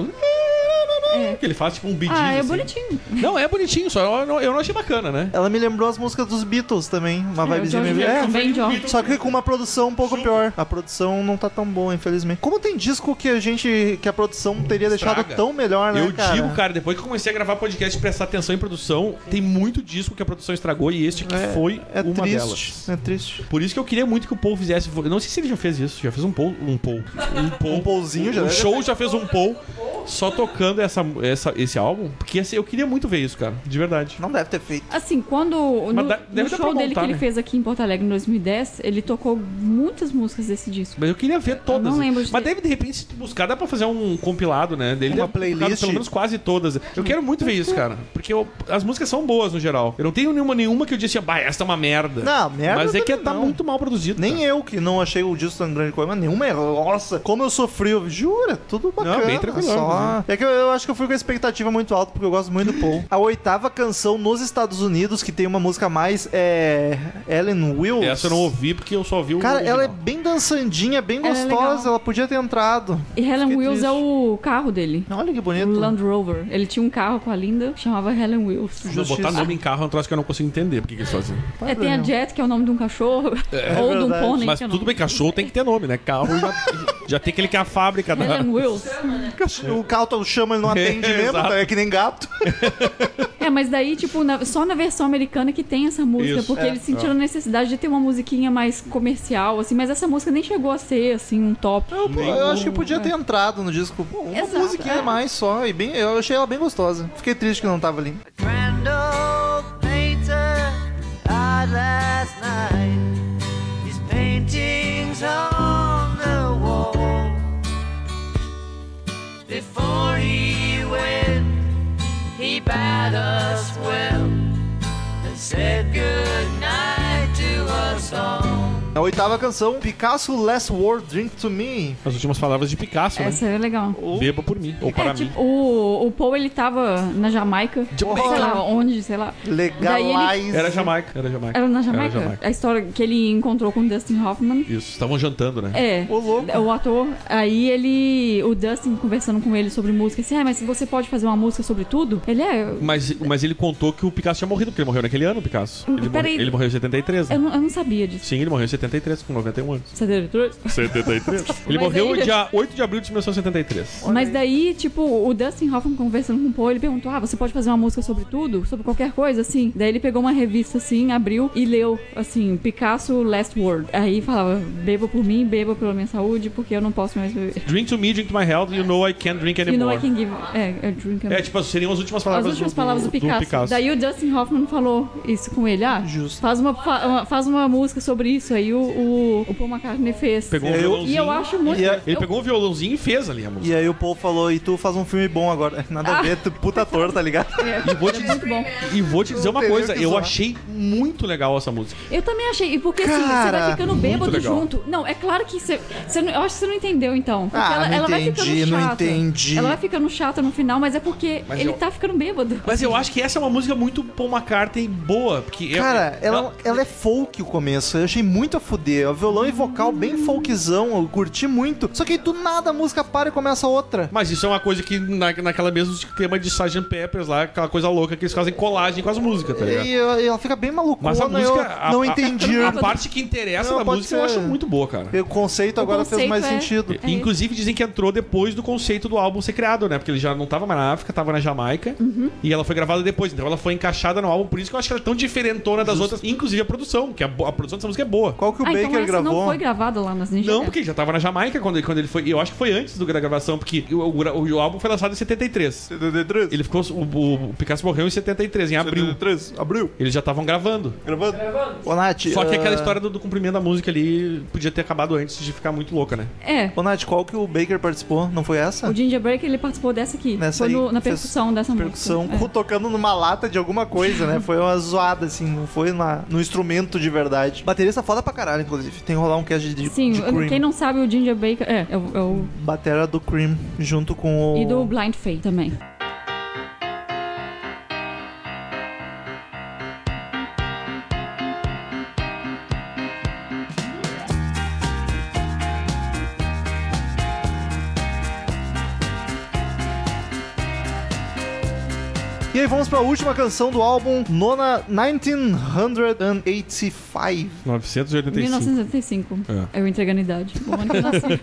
S4: É.
S3: Que ele faz tipo um bidiz.
S4: ah é
S3: assim.
S4: bonitinho.
S3: Não, é bonitinho, só eu não, eu não achei bacana, né?
S2: Ela me lembrou as músicas dos Beatles também. Uma
S4: É, o
S2: vibezinha
S4: George
S2: meio...
S4: Harrison
S2: É,
S4: também, George.
S2: só que com uma produção um pouco pior. A produção não tá tão boa, infelizmente. Como tem disco que a gente... Que a produção teria
S3: Estraga.
S2: deixado tão melhor, né,
S3: Eu
S2: cara?
S3: digo, cara, depois que eu comecei a gravar podcast e prestar atenção em produção, tem muito disco que a produção estragou e este que
S2: É-
S3: foi
S2: É
S3: uma
S2: triste,
S3: delas.
S2: é triste.
S3: Por isso que eu queria muito que o Paul fizesse. eu Não sei se ele já fez isso, já fez um Paul. Um Paul. Um, Paul,
S2: Um Paulzinho já,
S3: O
S2: né?
S3: show já fez um Paul só tocando essa, essa- esse álbum. Porque assim, eu queria muito ver isso, cara, de verdade.
S2: Não deve ter feito.
S4: Assim, quando. No,
S3: Mas dá-
S4: no
S3: deve dar
S4: show
S3: pra
S4: dele
S3: montar,
S4: que ele
S3: né?
S4: fez aqui em Porto Alegre em 2010, ele tocou muitas músicas desse disco.
S3: Mas eu queria ver todas.
S4: não lembro de
S3: Mas
S4: ter-
S3: deve, de repente, se tu buscar, dá pra fazer um compilado, né? Dele
S2: Uma
S3: deve ter tocado
S2: playlist?
S3: Pelo menos quase todas. Eu quero muito ver isso, cara. Porque eu- as músicas são boas no geral. Eu não tenho nenhuma, nenhuma que eu disse, bah, essa é uma merda.
S2: Não, merda
S3: Mas é que
S2: também
S3: tá
S2: não.
S3: muito mal produzido.
S2: Nem
S3: cara.
S2: eu que não achei o disco tão grande coisa, mas nenhuma é. Nossa, como eu sofri, eu- jura? Tudo bacana.
S3: bem tranquilo,
S2: Só...
S3: né?
S2: É que eu, eu acho que eu fui com a expectativa muito alta, porque eu gosto muito do Paul. A oitava canção nos Estados Unidos, que tem uma música a mais, é. Ellen Wills.
S3: Essa eu não ouvi porque eu só ouvi o.
S2: Cara, ela é
S3: original.
S2: bem dançandinha, bem
S4: Ela é
S2: gostosa,
S4: legal.
S2: ela podia ter entrado.
S4: E Helen
S2: Fiquei
S4: Wills
S2: triste.
S4: é o carro dele.
S2: Olha que
S4: O
S2: bonito.
S4: Land Rover. Ele tinha um carro com a linda, que chamava Helen Wills.
S3: Não,
S2: justiça.
S3: botar nome em carro é um troço que eu não consigo entender porque que eles fazem.
S4: É, tem a Jet, que é o nome de um cachorro, ou de um
S2: verdade.
S4: pônei.
S3: Mas
S4: que é o
S3: tudo
S4: nome.
S3: bem, cachorro tem que ter nome, né? Carro já, já tem aquele que é a fábrica da.
S4: Helen Wills.
S2: O Carlton chama, ele não atende
S3: É,
S2: mesmo,
S3: exato.
S2: tá? é que nem gato.
S4: É, mas daí, tipo, na- só na versão americana que tem essa música,
S3: Isso. É,
S4: porque eles sentiram a necessidade de ter uma musiquinha mais comercial, assim, mas essa música nem chegou a ser, assim, um top.
S3: É
S2: Eu, pô, eu acho que podia ter entrado no disco. Pô, uma
S4: Exato,
S2: musiquinha
S4: é.
S2: a mais só. E bem, eu achei ela bem gostosa. Fiquei triste que não tava ali.
S6: Grand old painter died last night. His paintings on the wall. Before he went, he bade us well and said good night to us all.
S2: A oitava canção, Picasso Last Word Drink to Me.
S3: As últimas palavras de Picasso,
S4: Essa é legal.
S3: né? Beba por mim, ou para
S4: é,
S3: mim.
S4: tipo, o, o Paul, ele tava na Jamaica, sei lá onde, sei lá. Daí
S2: Legalize.
S3: Era Jamaica, era Jamaica.
S4: Era na Jamaica?
S3: Era Jamaica.
S4: A história que ele encontrou com o Dustin Hoffman.
S3: Isso, estavam jantando, né?
S4: É,
S2: Ô, louco.
S4: o ator, aí ele, o Dustin conversando com ele sobre música, assim, ah, mas você pode fazer uma música sobre tudo? Ele é, eu-
S3: Mas, mas ele contou que o Picasso tinha morrido, porque ele morreu naquele ano, o Picasso. Ele, morre-
S4: Hum, Peraí.
S3: ele morreu em 73, né?
S4: eu, não, eu não sabia disso.
S3: Sim, ele morreu em 73, com 91 anos.
S4: Você tá deu-
S3: 73? Ele
S4: Mas
S3: morreu
S4: aí-
S3: dia 8 de abril de 1973.
S4: Mas daí, tipo, o Dustin Hoffman conversando com o Paul, ele perguntou: Ah, você pode fazer uma música sobre tudo? Sobre qualquer coisa, assim? Daí ele pegou uma revista, assim, abriu e leu, assim, Picasso Last Word. Aí falava: Beba por mim, beba pela minha saúde, porque eu não posso mais beber.
S3: Drink to me, drink to my health, you know I can't drink
S4: You know
S3: anymore.
S4: I can give. É, a drink. and-
S3: É, tipo, seriam as últimas
S4: As
S3: palavras,
S4: últimas palavras do, Picasso. Daí o Dustin Hoffman falou isso com ele. Ah,
S2: Justo.
S4: Faz, uma, fa- uma- faz uma música sobre isso. Aí o, o, o Paul McCartney fez.
S3: Pegou um
S2: E eu-
S3: violãozinho.
S4: e eu acho muito.
S2: E a-
S3: Ele
S4: eu-
S3: pegou um violãozinho e fez ali a música.
S2: E aí o Paul falou, e tu faz um filme bom agora. Nada a ver, tu
S4: Ah.
S2: puta ator, tá ligado?
S4: é,
S3: E vou te
S4: é
S3: dizer-
S4: muito bom.
S3: E vou te dizer uma
S2: Não teria
S3: coisa,
S2: que
S3: eu
S2: zoar.
S3: achei muito legal essa música.
S4: Eu também achei. E porque assim,
S2: Cara,
S4: você vai ficando bêbado
S3: legal.
S4: junto. Não, é claro que você. você não- eu acho que você não entendeu, então. Porque
S2: Ah,
S4: ela,
S2: não
S4: ela vai
S2: entendi,
S4: ficando
S2: não
S4: chata.
S2: entendi.
S4: Ela vai ficando chata no final, mas é porque
S3: Mas
S4: ele
S3: eu-
S4: tá ficando bêbado.
S3: Mas eu acho que essa é uma música muito Paul McCartney boa, porque eu-
S2: Cara,
S3: eu-
S2: ela, ela é folk o começo. Eu achei muito a fuder. É O violão e vocal bem folkzão, eu curti muito. Só que aí do nada a música para e começa outra.
S3: Mas isso é uma coisa que na, naquela mesmo esquema de Sgt. Peppers lá, aquela coisa louca que eles fazem colagem com as músicas, tá ligado?
S2: E, e ela fica bem malucona,
S3: Mas a música,
S2: eu
S3: a-
S2: não
S3: a-
S2: entendi.
S3: A, parte que interessa
S2: Não,
S3: da
S2: pode
S3: música eu
S2: ser.
S3: acho muito boa, cara.
S2: O conceito
S4: O
S2: agora fez
S4: conceito
S2: mais
S4: é-
S2: sentido.
S4: É.
S3: Inclusive dizem que entrou depois do conceito do álbum ser criado, né? Porque ele já não tava mais na África, tava na Jamaica. E ela foi gravada depois, então ela foi encaixada no álbum. Por isso que eu acho que ela é tão diferentona das outras, inclusive a produção, que a, bo- a produção dessa música é boa.
S2: Qual que que o
S4: ah,
S2: Baker
S4: então essa
S2: gravou.
S4: não foi gravada lá nas Ninja
S3: Não,
S4: Jam.
S3: porque já tava na Jamaica quando ele, quando ele foi. E eu acho que foi antes do- da gravação, porque o, o- o álbum foi lançado em 73. Ele ficou. O, o Picasso morreu em 73, em abril.
S2: Abril.
S3: Eles já estavam gravando.
S2: Gravando. Ô, Nath,
S3: Só que
S2: ah,
S3: aquela história do, do cumprimento da música ali podia ter acabado antes de ficar muito louca, né?
S4: É.
S2: Ô, Nath, qual que o Baker participou? Não foi essa?
S4: O Ginger Break ele participou dessa aqui.
S2: Nessa
S4: foi
S2: aí,
S4: no- na
S2: fez
S4: percussão dessa
S2: percussão
S4: música. É.
S2: tocando numa lata de alguma coisa, né? Foi uma zoada, assim, não foi na, no instrumento de verdade. Baterista foda pra caralho, inclusive. Tem que rolar um cast de, de,
S4: Sim,
S2: de Cream.
S4: quem não sabe, o Ginger Baker. É, é o. é o-
S2: Batera do Cream, junto com o...
S4: E do Blind Faith também.
S2: E aí vamos pra última canção do álbum, nona 1985.
S3: 985.
S4: 1975.
S3: É.
S4: Eu entregando a idade. O ano que eu nasci.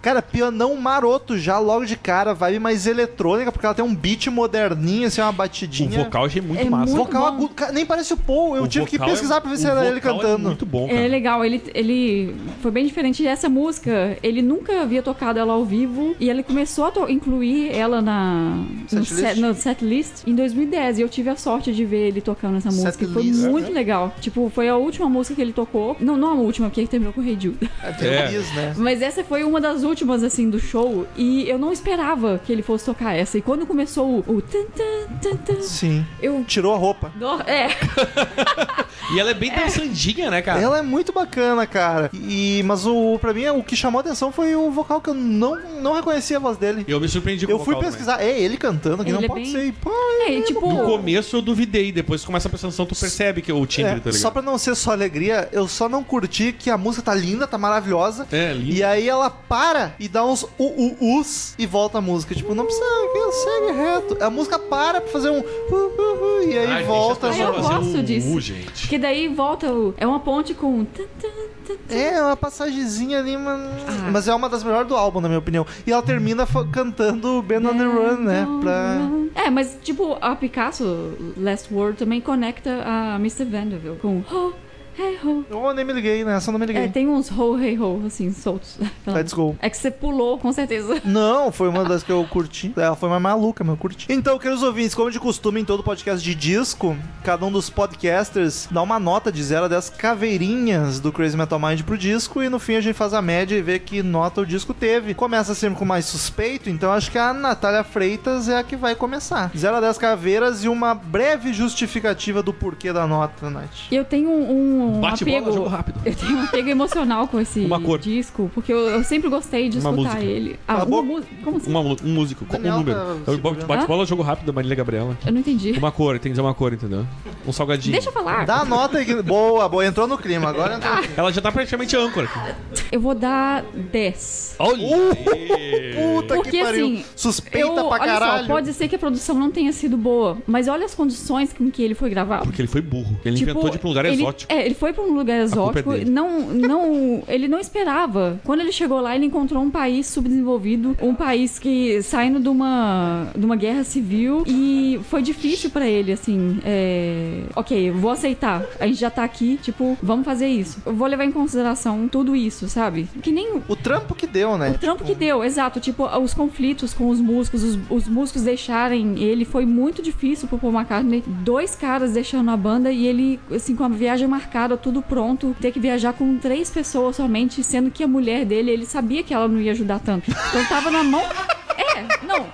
S2: Cara, pianão maroto já logo de cara, vibe mais eletrônica, porque ela tem um beat moderninho, assim, uma
S3: O
S2: batidinha.
S3: vocal eu achei muito
S4: É
S3: massa.
S4: muito
S2: vocal
S4: bom.
S2: agudo. Cara, nem parece o Paul, eu
S3: O
S2: tive que
S3: vocal é-
S2: pesquisar pra ver se
S3: o
S2: era ele
S3: vocal é
S2: cantando.
S3: muito bom, cara.
S4: É legal, ele, ele foi bem diferente dessa música. Ele nunca havia tocado ela ao vivo e ele começou a to- incluir ela na no
S2: Setlist?
S4: set- no setlist em 2010. E eu tive a sorte de ver ele tocando essa música. e Foi
S2: Setlist.
S4: muito legal. Tipo, foi a última música que ele tocou. Não, não a última, porque ele terminou com o Rei Jude.
S2: É, tem
S3: É.
S2: o Liz, né?
S4: Mas essa foi uma das últimas, assim, do show. E eu não esperava que ele fosse tocar essa. E quando começou o. o tan, tan, tan, tan,
S2: Sim.
S4: eu.
S2: Tirou a roupa.
S4: Dó- É,
S3: E ela é bem dançandinha, né, cara?
S2: Ela é muito bacana, cara. E mas o para mim o que chamou atenção foi o vocal que eu não não reconhecia a voz dele.
S3: Eu me surpreendi com
S2: Eu
S3: o
S2: fui
S3: vocal também.
S2: pesquisar, é ele cantando, que
S4: Ele
S2: não
S4: é
S2: pode
S4: bem-
S2: ser. E, pô,
S4: é, tipo.
S3: No começo eu duvidei, depois começa a prestação, tu percebe que é o timbre,
S2: é,
S3: tá ligado?
S2: só pra não ser só alegria, eu só não curti que a música tá linda, tá maravilhosa.
S3: É, lindo.
S2: E aí ela para e dá uns u-u-us e volta a música. Tipo, não precisa, que segue reto. A música para pra fazer um u-u-u e aí
S3: Ai,
S2: volta.
S3: deixa as
S4: Eu
S3: pessoas fazerem
S4: gosto
S3: um
S4: disso.
S3: u, gente.
S4: Que daí volta o. É uma ponte com. tan, tan, tan, tan.
S2: É, uma passagemzinha ali, mas...
S4: Ah.
S2: mas é uma das melhores do álbum, na minha opinião. E ela termina fa- cantando Ben on the Run, né? Pra...
S4: É, mas tipo, a Picasso, Last Word, também conecta a Mr. Vanderbilt com ho, hey ho.
S2: Eu nem me liguei, né? Essa eu não me
S4: É,
S2: liguei.
S4: tem uns ho, hey ho, assim, soltos.
S2: Let's go.
S4: É que você pulou, com certeza.
S2: Não, foi uma das que eu curti. Ela foi mais maluca, mas eu curti. Então, queridos ouvintes, como de costume em todo podcast de disco, cada um dos podcasters dá uma nota de 0 a 10 caveirinhas do Crazy Metal Mind pro disco e no fim a gente faz a média e vê que nota o disco teve. Começa sempre com mais suspeito, então acho que a Natália Freitas é a que vai começar. 0 a 10 caveiras e uma breve justificativa do porquê da nota, Nath.
S4: E eu tenho um, um
S3: Bate bola,
S4: apego.
S3: jogo rápido.
S4: eu tenho um apego emocional com esse
S3: Uma cor.
S4: disco, porque eu, eu sempre gostei de
S3: Uma
S4: escutar
S3: música.
S4: ele. Ah,
S2: Cala a
S4: uma
S2: boca.
S4: música. Como assim?
S3: Uma mu- um músico,
S2: Daniel
S3: um número.
S2: tá
S3: É o bate-
S2: segurando.
S3: Bate-bola, jogo rápido da Marília Gabriela.
S4: Eu não entendi.
S3: Uma cor, tem que dizer uma cor, entendeu? Um salgadinho.
S4: Deixa eu falar.
S2: Dá a nota aí. que- Boa, boa. Entrou no clima. Agora entrou no clima.
S3: Ela já tá praticamente âncora. Uh,
S4: Eu vou dar 10.
S3: Olha!
S2: Puta que
S4: Porque,
S2: pariu.
S4: assim,
S2: Suspeita
S4: eu,
S2: pra
S4: olha
S2: caralho.
S4: só, pode ser que a produção não tenha sido boa, mas olha as condições com que ele foi gravado.
S3: Porque ele foi burro. Ele
S4: Tipo,
S3: inventou de ir pra um lugar
S4: ele-
S3: exótico.
S4: É, ele foi pra um lugar
S3: culpa é
S4: exótico.
S3: dele.
S4: não, não, ele não esperava. Quando ele chegou lá, ele encontrou um país subdesenvolvido, um país que saindo de uma, de uma guerra civil e foi difícil pra ele, assim. é, ok, vou aceitar. A gente já tá aqui, tipo, vamos fazer isso. Eu vou levar em consideração tudo isso, sabe? Que nem
S2: O trampo que deu, né?
S4: o trampo que deu, exato. Tipo, os conflitos com os músicos, os, os músicos deixarem ele. Foi muito difícil pro Paul McCartney. Dois caras deixando a banda e ele, assim, com a viagem marcada, tudo pronto. Ter que viajar com três pessoas somente, sendo que a mulher dele, ele sabia que ela não ia ajudar tanto. Então tava na mão. É, não.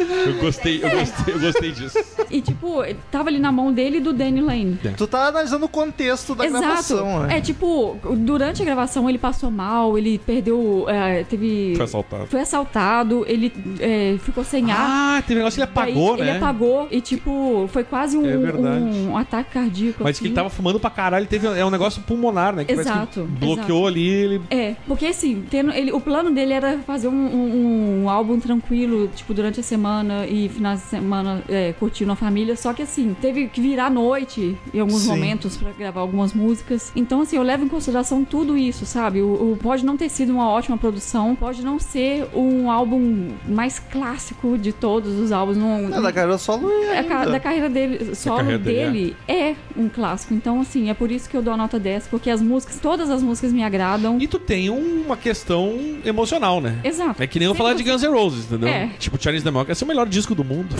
S4: é-
S3: Eu gostei, eu gostei, eu gostei disso.
S4: E tipo, tava ali na mão dele e do Danny Lane.
S2: Tu tá analisando o contexto da gravação, né?
S4: É tipo, durante a gravação ele passou mal, ele perdeu. é, teve.
S3: Foi assaltado.
S4: Foi assaltado, ele é, ficou sem ar.
S3: Ah, teve um negócio que ele apagou,
S4: Daí
S3: né?
S4: Ele apagou e, tipo, foi quase um,
S3: É verdade.
S4: um ataque cardíaco.
S3: Mas que ele
S4: assim.
S3: tava fumando pra caralho, teve é um negócio pulmonar, né? Que parece
S4: Exato,
S3: Que bloqueou ali, ele.
S4: É, porque assim, tendo- ele, o plano dele era fazer um, um- um álbum tranquilo, tipo, durante a semana e finais de semana é, curtindo a família. Só que assim, teve que virar noite em alguns
S2: Sim.
S4: momentos pra gravar algumas músicas. Então, assim, eu levo em consideração tudo isso, sabe? O, o- pode não ter sido uma ótima produção, pode não ser um álbum mais clássico de todos os álbuns. Não,
S2: É, da carreira solo é.
S4: a ca-
S2: ainda.
S4: da carreira dele, solo
S3: carreira dele,
S4: dele é. um clássico. Então, assim, é por isso que eu dou a nota 10, porque as músicas, todas as músicas me agradam.
S3: E tu tem um, uma questão emocional, né?
S4: Exato.
S3: É que nem eu
S4: Sempre
S3: falar de
S4: você-
S3: Guns N' Roses, entendeu?
S4: É.
S3: Tipo, Chinese Democracy é o melhor disco do mundo.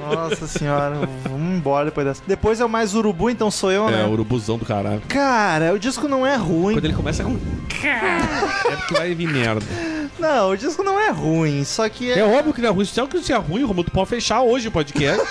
S2: Nossa senhora, vamos embora depois dessa. Depois é o mais urubu, então sou eu,
S3: É,
S2: né?
S3: o urubuzão do caralho.
S2: Cara, o disco não é ruim.
S3: Quando ele começa com. É porque vai vir merda.
S2: Não, o disco não é ruim, só que
S3: É óbvio que não é ruim. Se é que isso é ruim, Romulo, tu pode fechar hoje o podcast.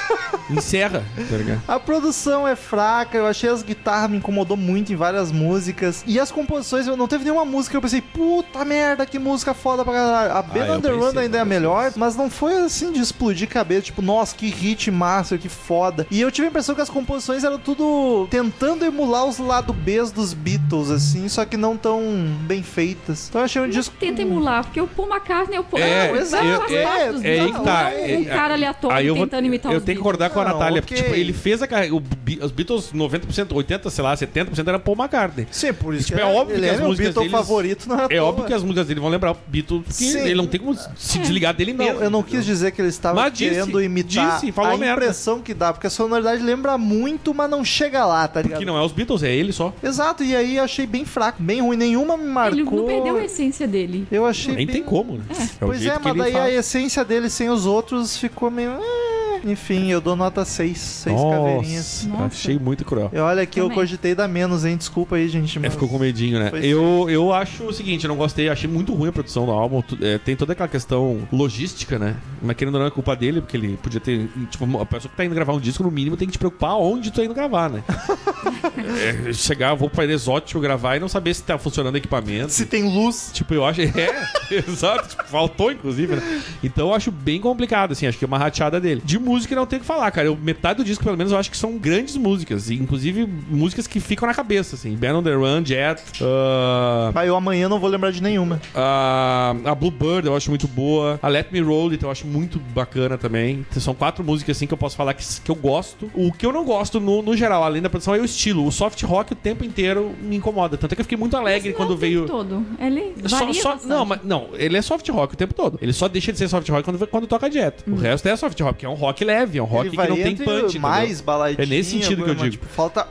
S3: Encerra. Tá ligado?
S2: A produção é fraca, eu achei as guitarras me incomodou muito em várias músicas. E as composições, eu não teve nenhuma música que eu pensei, puta merda, que música foda pra caralho. A Ben
S3: Ah, eu
S2: Underrun
S3: pensei
S2: ainda é a
S3: várias
S2: melhor,
S3: vezes.
S2: mas não foi assim de explodir cabeça, tipo, nossa, que hit master, que foda. E eu tive a impressão que as composições eram tudo tentando emular os lado Bs dos Beatles, assim, só que não tão bem feitas. Então eu achei um disco.
S4: Tenta emular, porque o Paul McCartney, o Paul...
S3: É,
S4: Ah,
S2: eu-
S4: vai
S2: é-
S4: faz
S2: é-
S4: parte dos
S2: é
S3: aí
S4: Beatles,
S3: que tá.
S4: não é Um
S3: É,
S4: cara aleatório
S3: Aí eu vou-
S4: tentando imitar
S3: Eu
S4: os
S3: tenho que
S4: Beatles.
S3: concordar com a
S2: Não,
S3: Natália.
S2: ok.
S3: Tipo, ele fez a carreira. o Be- Os Beatles, 90%, 80%, sei lá, 70% era Paul McCartney.
S2: Sim, por isso
S3: Tipo,
S2: que
S3: é óbvio
S2: ele
S3: que
S2: é
S3: as
S2: meu
S3: músicas
S2: Beatle
S3: deles-
S2: favorito, não à
S3: É
S2: toa.
S3: óbvio que as músicas dele vão lembrar o Beatles, porque
S2: Sim. É.
S3: ele não tem como se desligar dele
S2: Não,
S3: mesmo.
S2: eu não quis dizer que ele estava
S3: Mas disse,
S2: querendo imitar
S3: disse, falou
S2: a
S3: merda.
S2: impressão que dá, porque a sonoridade lembra muito, mas não chega lá, tá ligado?
S3: Que não é os Beatles, é ele só.
S2: Exato, e aí eu achei bem fraco, bem ruim, nenhuma me marcou.
S4: Ele não perdeu a essência dele.
S2: Eu achei
S3: Nem
S2: bem-
S3: tem como, né? É,
S2: Pois é, mas daí a essência dele sem os outros ficou meio... "Ah". Enfim, eu dou nota 6, 6 caveirinhas.
S3: Nossa,
S4: Nossa.
S3: achei muito cruel.
S2: E olha que eu
S4: Também.
S2: cogitei dar menos, hein? Desculpa aí, gente.
S3: É,
S2: mas-
S3: ficou com medinho, né?
S2: Pois é.
S3: Eu, eu acho o seguinte, eu não gostei, achei muito ruim a produção do álbum. tu- é, tem toda aquela questão logística, né? Mas querendo ou não é culpa dele, porque ele podia ter. Tipo, a pessoa que tá indo gravar um disco, no mínimo, tem que te preocupar onde tu tá indo gravar, né? É, chegar, vou pra exótico gravar e não saber se tá funcionando o equipamento.
S2: Se tem luz...
S3: Tipo, eu acho. É, exato. tipo, faltou, inclusive, né? Então eu acho bem complicado, assim. Acho que é uma rateada dele. De música não tem o que falar, cara. Eu, metade do disco, pelo menos, eu acho que são grandes músicas. e, Inclusive, músicas que ficam na cabeça, assim. Ben on the Run, Jet. ah,
S2: Ah, eu amanhã não vou lembrar de nenhuma.
S3: a, a Bluebird eu acho muito boa. A Let Me Roll It eu acho muito bacana também. São quatro músicas assim que eu posso falar que, que eu gosto. O que eu não gosto no, no geral, além da produção, é o estilo. O soft rock o tempo inteiro me incomoda. Tanto é que eu fiquei muito alegre
S4: Não,
S3: quando
S4: o tempo
S3: veio.
S4: todo. Ele
S3: Só-
S4: varia
S3: só-
S4: bastante.
S3: não, mas, não, ele é soft rock o tempo todo. Ele só deixa de ser soft rock quando, quando toca dieta.
S4: Hum.
S3: O resto é soft rock, que é um rock leve, é um rock
S2: Ele
S3: que não
S2: varia
S3: tem
S2: entre
S3: punch.
S2: mais
S3: Mais...
S2: baladinha.
S3: É nesse sentido que eu
S2: alguma,
S3: digo.
S2: tipo, falta...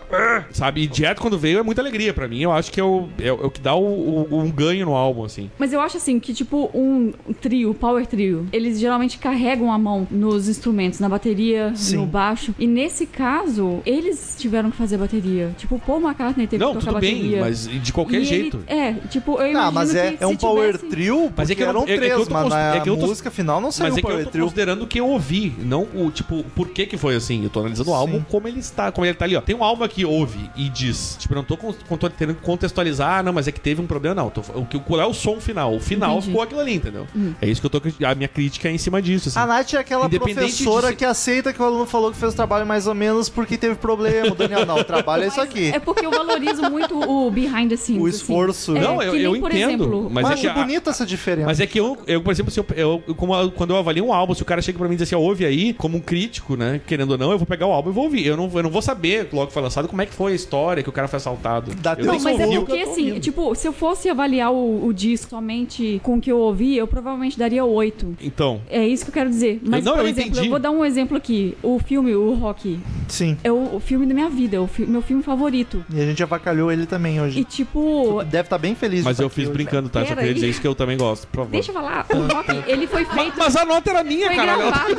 S3: Sabe? E dieta quando veio é muita alegria pra mim. Eu acho que é o, é, o- é o que dá o, o- um ganho no álbum, assim.
S4: Mas eu acho assim que, tipo, um trio, power trio, eles geralmente carregam a mão nos instrumentos, na bateria,
S2: Sim.
S4: no baixo. E nesse caso, eles tiveram que fazer bateria. Tipo, o Paul McCartney teve
S3: não,
S4: que tocar
S3: tudo
S4: bateria.
S3: bem, mas de
S4: E
S3: qualquer
S4: ele-
S3: jeito.
S4: é, tipo, eu imagino
S2: Ah, mas é,
S4: que
S2: é um
S4: se
S2: power
S4: tivesse-
S2: trio,
S3: Mas é
S2: porque
S3: que eu
S2: eram
S3: não- é- é que eu
S2: três,
S3: tô
S2: mas
S3: cons-
S2: na
S3: é que eu tô-
S2: música final não saiu
S3: Mas
S2: um
S3: é que eu
S2: power
S3: tô
S2: trio.
S3: considerando o que eu ouvi, não o tipo, por que que foi assim. Eu tô analisando o
S2: Sim.
S3: álbum como ele está, como ele tá ali, ó. Tem um álbum que ouve e diz. Tipo, eu não tô con- con- tô tentando contextualizar, ah, não, mas é que teve um problema, não. Tô, o, que- qual é o som final? O final
S4: Entendi. Hum.
S3: ficou aquilo ali, entendeu? É isso que eu tô. cri- A minha crítica é em cima disso,
S4: Ah,
S3: assim.
S2: A Nath é aquela
S3: Independente
S2: professora
S3: de se-
S2: que aceita que o aluno falou que fez o trabalho mais ou menos porque teve problema. O Daniel, não, o trabalho é isso aqui.
S4: É porque eu valorizo muito o behind the scenes.
S2: O
S4: assim.
S2: esforço.
S4: É,
S3: Não, eu-
S4: que nem,
S3: eu
S4: por
S3: entendo,
S4: Exemplo,
S3: mas
S2: eu
S3: é
S2: acho
S3: que a-
S2: bonita essa diferença.
S3: Mas é que eu, eu por exemplo, se eu, eu- eu- como eu- quando eu avalio um álbum, se o cara chega pra mim e diz assim, ó, ouve aí, como um crítico, né? Querendo ou não, eu vou pegar o álbum e vou ouvir. Eu não, eu não vou saber, logo que foi lançado, como é que foi a história que o cara foi assaltado.
S2: Dá
S3: eu
S2: tempo.
S4: Não,
S3: tenho que
S4: mas é
S3: ouvir o que
S4: porque
S3: eu tô
S4: assim,
S3: ouvindo.
S4: tipo, se eu fosse avaliar o, o disco somente com o que eu ouvi, eu provavelmente daria 8.
S3: Então,
S4: É isso que eu quero dizer. Mas,
S3: não,
S4: por
S3: eu
S4: exemplo,
S3: entendi.
S4: eu vou dar um exemplo aqui. O filme, o Rock,
S2: Sim.
S4: é o, o filme da minha vida, é o fi- meu filme favorito.
S2: E a gente avacalhou ele também hoje.
S4: E tipo,
S2: Deve estar bem feliz. de
S3: mas
S2: estar
S3: eu
S2: aqui
S3: fiz
S2: hoje.
S3: brincando, tá? Só
S4: Pera
S3: queria
S4: aí.
S3: dizer isso que eu também gosto. por favor.
S4: deixa eu então. falar, o Rock, ele foi
S3: Ma-
S4: feito,
S3: Mas a nota era minha,
S4: foi
S3: cara.
S4: gravado.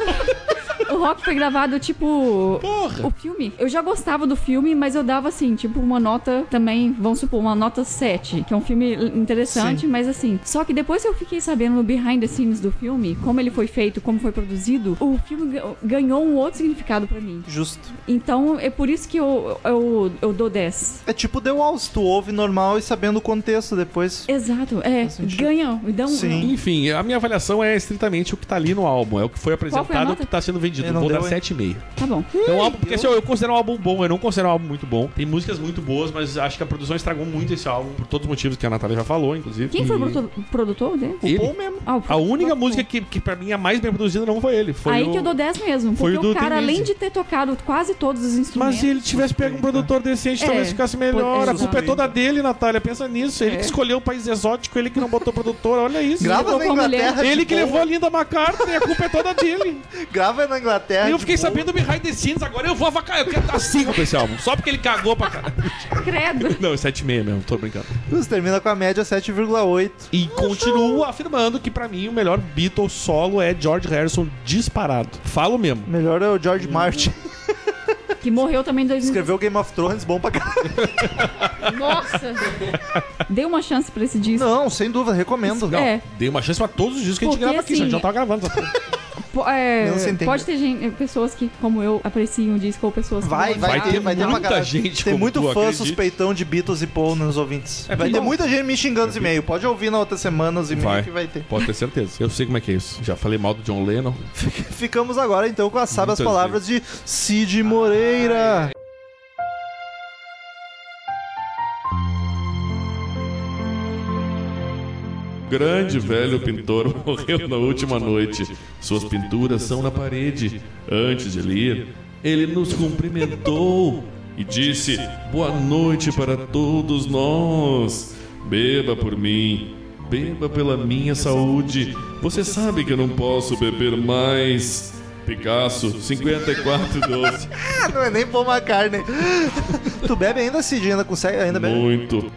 S4: O Rock foi gravado, tipo.
S3: Porra!
S4: O filme, eu já gostava do filme, mas eu dava assim, tipo, uma nota também, vamos supor, uma nota 7, que é um filme interessante, mas assim. Só que depois eu fiquei sabendo no behind the scenes do filme, como ele foi feito, como foi produzido, o filme ga- ganhou um outro significado pra mim.
S2: Justo.
S4: Então é por isso que eu, eu, eu dou 10.
S2: É tipo The Walls, tu ouve normal e sabendo o contexto depois.
S4: Exato, é.
S2: Faz sentido.
S4: Ganha, me dá um.
S2: Sim.
S3: Enfim, a minha avaliação é estritamente o que tá ali no álbum. É o que foi
S4: a
S3: apresentado, o
S4: nota?
S3: que tá sendo perdido.
S2: Eu não
S3: Vou dar
S2: deu, hein?
S3: 7,5.
S4: Tá bom.
S3: É um álbum, porque assim, ó, eu considero um álbum bom, eu não considero um álbum muito bom. Tem músicas muito boas, mas acho que a produção estragou muito esse álbum, por todos os motivos que a Natália já falou, inclusive.
S4: Quem foi o
S3: E-
S4: produ- produtor dele?
S3: Ele-
S2: Bom mesmo.
S4: Ah, o
S3: A única
S4: produtor.
S3: música que, que pra mim é mais bem produzida não foi ele. Foi
S4: Aí
S3: o...
S4: que eu dou 10 mesmo.
S3: foi
S4: Porque
S3: o do
S4: o cara,
S3: Tem
S4: além
S3: Easy.
S4: de ter tocado quase todos os
S3: Mas
S4: instrumentos.
S3: se ele tivesse pego um produtor decente,
S4: É,
S3: talvez ficasse melhor.
S4: pode-
S3: A culpa é
S4: exatamente. É.
S3: toda dele, Natália. Pensa nisso. Ele que escolheu o país exótico, ele que não botou produtor. Olha isso.
S2: Grava na
S4: colocou a mulher.
S2: Inglaterra. de
S3: Ele que
S2: boa.
S3: levou a Linda McCartney, a culpa é toda dele.
S2: Grava na Inglaterra.
S3: E eu
S2: de
S3: fiquei
S2: boa.
S3: sabendo do Behind the Scenes, agora eu vou avacar. Eu quero dar 5 pra esse álbum. Só porque ele cagou pra caralho.
S4: Credo.
S3: Não, é 7,5 mesmo, tô brincando.
S2: Isso termina com a média 7,8.
S3: E continuo afirmando que pra mim o melhor Beatles solo é George Harrison disparado. Falo mesmo.
S2: Melhor é o
S3: Hum.
S2: George Martin.
S4: Que morreu também em 2000.
S2: Escreveu Game of Thrones, bom pra caralho.
S4: Nossa! Dê uma chance pra esse disco.
S2: Não, sem dúvida, recomendo.
S3: Não,
S4: É.
S3: dei uma chance pra todos os dias que a gente
S4: Porque,
S3: grava aqui,
S4: assim,
S3: já, já tava gravando. essa porra.
S4: Po- é,
S2: Não se entende.
S4: pode ter gente- pessoas que, como eu, apreciam o disco ou pessoas que
S2: Vai,
S4: não
S2: vai
S4: gostaram.
S2: ter, vai ter uma
S3: muita
S2: galera.
S3: gente
S2: Tem
S3: como
S2: muito
S3: tu,
S2: fã
S3: acredite.
S2: suspeitão de Beatles e Paul nos ouvintes.
S3: É,
S2: vai ter
S3: bom. É
S2: muita gente me xingando os e-mails. Pode ouvir na outra semana os e-mails
S3: Vai.
S2: que vai ter.
S3: Pode ter certeza. Eu sei como é que é isso. Já falei mal do John Lennon.
S2: Ficamos agora então com as sábias
S3: Muitas
S2: palavras de Cid Moreira.
S3: Grande velho pintor morreu na última noite. Suas pinturas são na parede. Antes de ele ir, ele nos cumprimentou e disse: Boa noite para todos nós. Beba por mim, beba pela minha saúde. Você sabe que eu não posso beber mais. Picasso 5412.
S2: Ah, não é nem Paul McCartney. tu bebe ainda, Cid? Ainda consegue? Ainda bebe?
S3: Muito.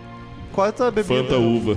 S2: Qual é a tua bebida?
S3: Fanta uva.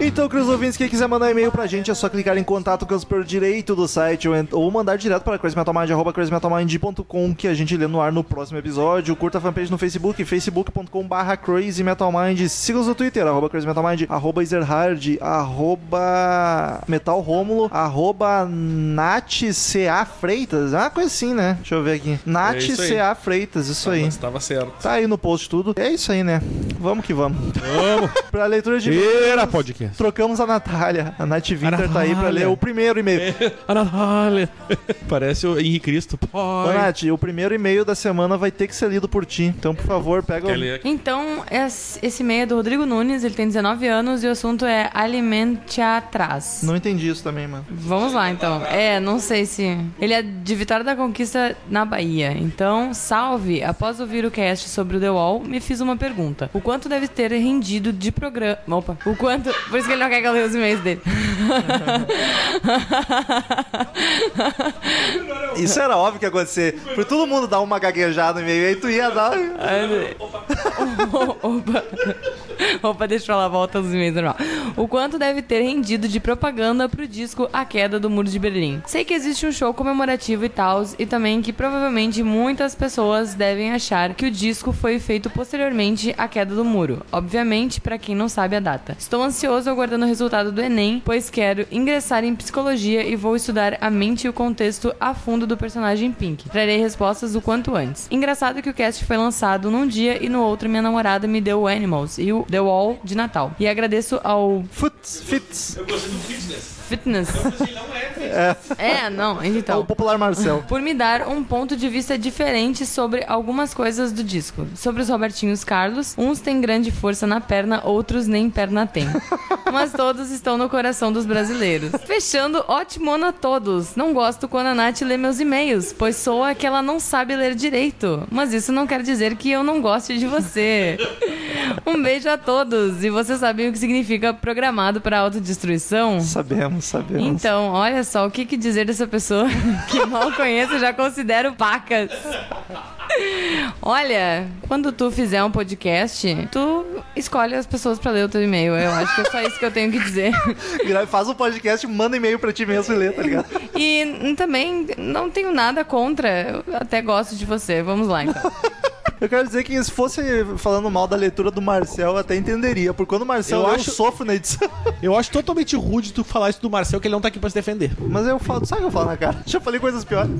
S2: Então, queridos ouvintes, quem quiser mandar e-mail pra gente é só clicar em contato com o superior direito do site ou, en- ou mandar direto para crazymetalmind, arroba crazymetalmind.com que a gente lê no ar no próximo episódio. Curta a fanpage no Facebook, facebook.com barra crazymetalmind. Siga-os no Twitter, arroba crazymetalmind, arroba ezerhard, arroba metalromulo, arroba natca freitas. É uma coisa assim, né? Deixa eu ver aqui.
S3: É isso aí.
S2: natca freitas, isso aí.
S3: Estava certo.
S2: Tá aí no post tudo. É isso aí, né? Vamos que vamos.
S3: Vamos.
S2: pra leitura de...
S3: Era podcast.
S2: Trocamos a Natália. A Nath Winter tá aí pra
S3: Natália. É.
S2: ler o primeiro e-mail.
S3: A Natália. Parece o Henrique Cristo.
S2: Ô, Nath, o primeiro e-mail da semana vai ter que ser lido por ti. Então, por favor, pega o.
S3: é
S7: Então, es- esse e-mail é do Rodrigo Nunes, ele tem 19 anos e o assunto é alimente atrás.
S2: Não entendi isso também, mano.
S7: Vamos lá, então. É, não sei se. Ele é de Vitória da Conquista na Bahia. Então, salve! Após ouvir o cast sobre o The Wall, me fiz uma pergunta. O quanto deve ter rendido de programa. Opa, o quanto. Por isso que ele não quer que eu leia os e-mails dele.
S2: Isso era óbvio que ia acontecer. Por todo mundo dar uma gaguejada no e-mail, aí tu ia dar.
S7: Opa. Opa, deixa pra lá, volta dos e-mails normal. O quanto deve ter rendido de propaganda pro disco A Queda do Muro de Berlim? Sei que existe um show comemorativo e tal, e também que provavelmente muitas pessoas devem achar que o disco foi feito posteriormente à queda do muro. Obviamente, pra quem não sabe a data. Estou ansioso aguardando o resultado do Enem, pois quero ingressar em psicologia e vou estudar a mente e o contexto a fundo do personagem Pink. Trarei respostas o quanto antes. Engraçado que o cast foi lançado num dia e no outro minha namorada me deu o Animals e o The Wall de Natal. E agradeço ao
S2: Futs, fits.
S7: Fitness. É, não,
S2: Tá
S7: então
S2: o popular Marcel.
S7: por me dar um ponto de vista diferente sobre algumas coisas do disco. Sobre os Robertinhos Carlos, uns têm grande força na perna, outros nem perna têm. Mas todos estão no coração dos brasileiros. Fechando, ótimo ano a todos. Não gosto quando a Nath lê meus e-mails, pois soa que ela não sabe ler direito. Mas isso não quer dizer que eu não goste de você. Um beijo a todos. E você sabe o que significa programado para autodestruição?
S2: Sabemos, sabemos.
S7: Então, olha só, o que, que dizer dessa pessoa que mal conheço eu já considero pacas. Olha, quando tu fizer um podcast, tu escolhe as pessoas pra ler o teu e-mail. Eu acho que é só isso que eu tenho que dizer.
S2: Gra- Faz um podcast, manda e-mail pra ti mesmo e lê, tá ligado?
S7: E hum, também não tenho nada contra. Eu até gosto de você. Vamos lá, então.
S2: Eu quero dizer que se fosse falando mal da leitura do Marcel, eu até entenderia. Porque quando o Marcel
S3: Eu
S2: eu,
S3: acho-
S2: sofro na edição.
S3: Eu acho totalmente rude tu falar isso do Marcel, que ele não tá aqui pra se defender.
S2: Mas eu falo, sabe o que eu falo na cara? Já falei coisas piores.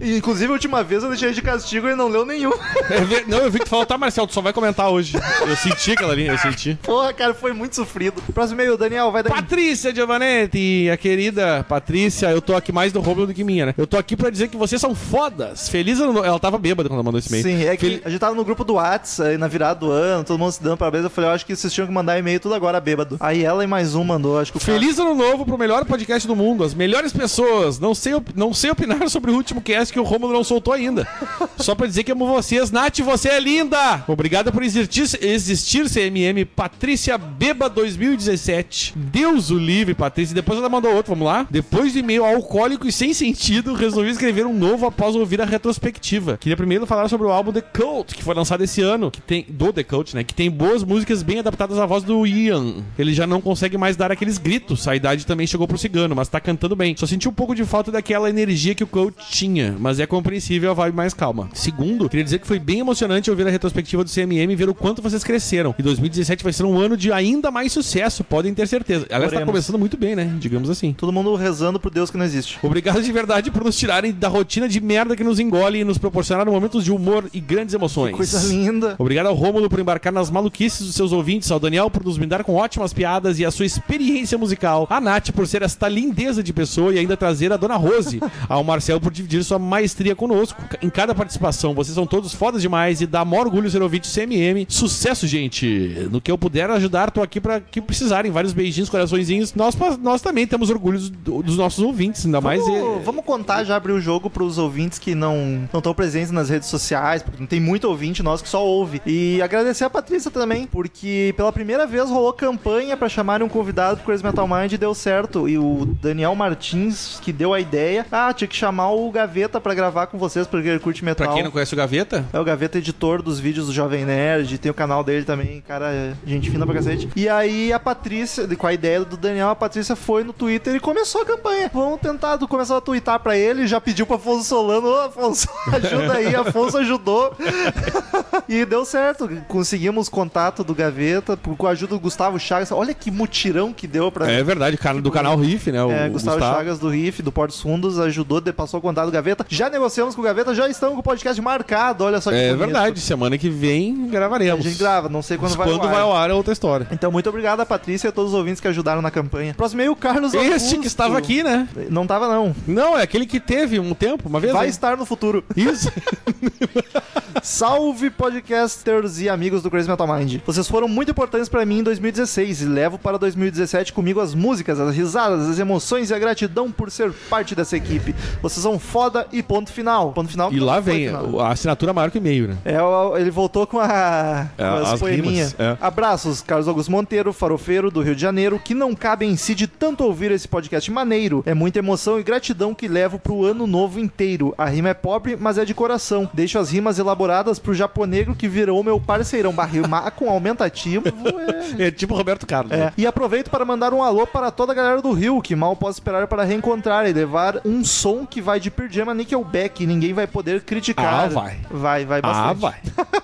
S2: E, Inclusive, a última vez eu deixei ele de castigo e ele não leu nenhum.
S3: É não, eu vi que tu falou, tá, Marcel, tu só vai comentar hoje. Eu senti aquela linha, eu senti.
S2: Porra, cara, foi muito sofrido. Próximo e-mail, Daniel, vai daí.
S3: Patrícia Giovanetti, a querida Patrícia, eu tô aqui mais do Romulo do que minha, né? Eu tô aqui pra dizer que vocês são fodas. Feliz ano novo. Ela tava bêbada quando ela mandou esse e-mail.
S2: Sim, é que
S3: Fel-
S2: a gente tava no grupo do Whats aí na virada do ano, todo mundo se dando parabéns. Eu falei, eu acho que vocês tinham que mandar e-mail tudo agora, bêbado. Aí ela e mais um mandou, acho que o cara-
S3: Feliz ano novo pro melhor podcast do mundo, as melhores pessoas. Não sei, op- não sei opinar sobre o último cast que o Romulo não soltou ainda. Só pra dizer que amo vocês. Nath, você é linda! Obrigada por existir, existir CMM. Patrícia Beba 2017. Deus o livre, Patrícia. Depois ela mandou outro, vamos lá? Depois do e-mail alcoólico e sem sentido, resolvi escrever um novo após ouvir a retrospectiva. Queria primeiro falar sobre o álbum The Cult, que foi lançado esse ano, que tem do The Cult, né, que tem boas músicas bem adaptadas à voz do Ian. Ele já não consegue mais dar aqueles gritos. A idade também chegou pro cigano, mas tá cantando bem. Só senti um pouco de falta daquela energia que o Cult tinha, mas é compreensível a vibe mais calma. Segundo, queria dizer que foi bem emocionante ouvir a retrospectiva do CMM e ver o quanto vocês cresceram. E 2017 vai ser um ano de ainda mais sucesso, podem ter certeza. Aliás, tá
S2: Oremos.
S3: começando muito bem, né? Digamos assim.
S2: Todo mundo rezando pro Deus que não existe.
S3: Obrigado de verdade por nos tirarem da rotina de merda que nos engole e nos proporcionaram momentos de humor e grandes emoções.
S2: Coisa linda.
S3: Obrigado ao Rômulo por embarcar nas maluquices dos seus ouvintes, ao Daniel por nos brindar com ótimas piadas e a sua experiência musical, a Nath por ser esta lindeza de pessoa e ainda trazer a Dona Rose, ao Marcel por dividir sua maestria conosco em cada participação. Vocês são todos fodas demais e dá maior orgulho ser ouvinte do CMM. Sucesso, gente! No que eu puder ajudar, tô aqui pra que precisarem. Vários beijinhos, coraçõezinhos. Nós, nós também temos orgulho do- dos nossos ouvintes, ainda mais...
S2: vamos, vamos contar, já abrir o jogo pros ouvintes que não estão tão presentes nas redes sociais, porque não tem muito ouvinte nosso que só ouve. E agradecer a Patrícia também, porque pela primeira vez rolou campanha pra chamarem um convidado pro Crazy Metal Mind e deu certo. E o Daniel Martins, que deu a ideia, ah, tinha que chamar o Gaveta pra gravar com vocês, porque ele curte metal.
S3: Pra quem não conhece o Gaveta,
S2: É o Gaveta editor dos vídeos do Jovem Nerd, tem o canal dele também, cara, é gente fina pra cacete. E aí a Patrícia, com a ideia do Daniel, a Patrícia foi no Twitter e começou a campanha. Vamos tentar, tu começou a twittar pra ele, já pediu pro Afonso Solano, ô Afonso, ajuda aí, Afonso ajudou. e deu certo, conseguimos contato do Gaveta, por- com a ajuda do Gustavo Chagas, olha que mutirão que deu pra...
S3: É verdade, o cara do canal Riff, né? O
S2: É, Gustavo,
S3: Gustavo,
S2: Chagas do Riff, do Porto Fundos, ajudou, de- passou o contato do Gaveta. Já negociamos com o Gaveta, já estamos com o podcast marcado. Olha só que
S3: É
S2: bonito.
S3: verdade, semana que vem
S2: A
S3: gravaremos.
S2: gente grava, não sei quando,
S3: Mas
S2: vai, ao ar.
S3: ao ar é outra história.
S2: Então, muito obrigado a Patrícia e a todos os ouvintes que ajudaram na campanha. Próximo e-mail, Carlos
S3: Este
S2: Augusto.
S3: que estava aqui, né?
S2: Não estava, não.
S3: Não, é aquele que teve um tempo, uma vez.
S2: Vai
S3: né?
S2: estar no futuro.
S3: Isso.
S2: Salve, podcasters e amigos do Crazy Metal Mind. Vocês foram muito importantes pra mim em 2016 e levo para 2017 comigo as músicas, as risadas, as emoções e a gratidão por ser parte dessa equipe. Vocês são foda e ponto final. Ponto final.
S3: E lá
S2: Foi
S3: vem
S2: final.
S3: a assinatura maior que e-mail, né?
S2: É, o- ele voltou com a com as,
S3: as
S2: poeminhas.
S3: rimas, é.
S2: Abraços, Carlos Augusto Monteiro, farofeiro do Rio de Janeiro, que não cabe em si de tanto ouvir esse podcast maneiro. É muita emoção e gratidão que levo pro ano novo inteiro. A rima é pobre, mas é de coração. Deixo as rimas elaboradas pro japonegro que virou meu parceirão. Barrimar com aumentativo é...
S3: É tipo Roberto Carlos.
S2: É.
S3: né?
S2: E aproveito para mandar um alô para toda a galera do Rio, que mal posso esperar para reencontrar e levar um som que vai de Pijama Nickelback. Ninguém vai poder criticar.
S3: Ah, vai.
S2: Vai, vai bastante.
S3: Ah, vai.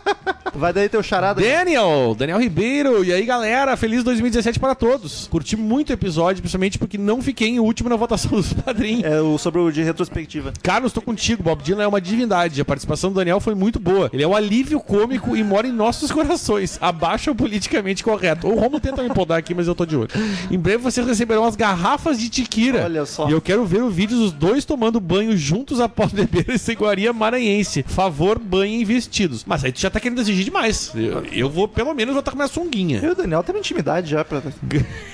S2: Vai daí teu charada.
S3: Daniel, Daniel Ribeiro. E aí, galera, feliz 2017 para todos. Curti muito o episódio, principalmente porque não fiquei em último na votação dos padrinhos.
S2: É o sobre o de retrospectiva.
S3: Carlos, tô contigo. Bob Dylan é uma divindade. A participação do Daniel foi muito boa. Ele é um alívio cômico e mora em nossos corações. Abaixa o politicamente correto. O Romo tenta me podar aqui, mas eu tô de olho. Em breve vocês receberão as garrafas de tiquira.
S2: Olha só.
S3: E eu quero ver o vídeo dos dois tomando banho juntos após beber essa iguaria maranhense. Favor, banho e vestidos. Mas aí tu já tá querendo exigir demais. Eu, eu vou, pelo menos, vou estar com minha sunguinha.
S2: Eu e o Daniel temos intimidade já pra,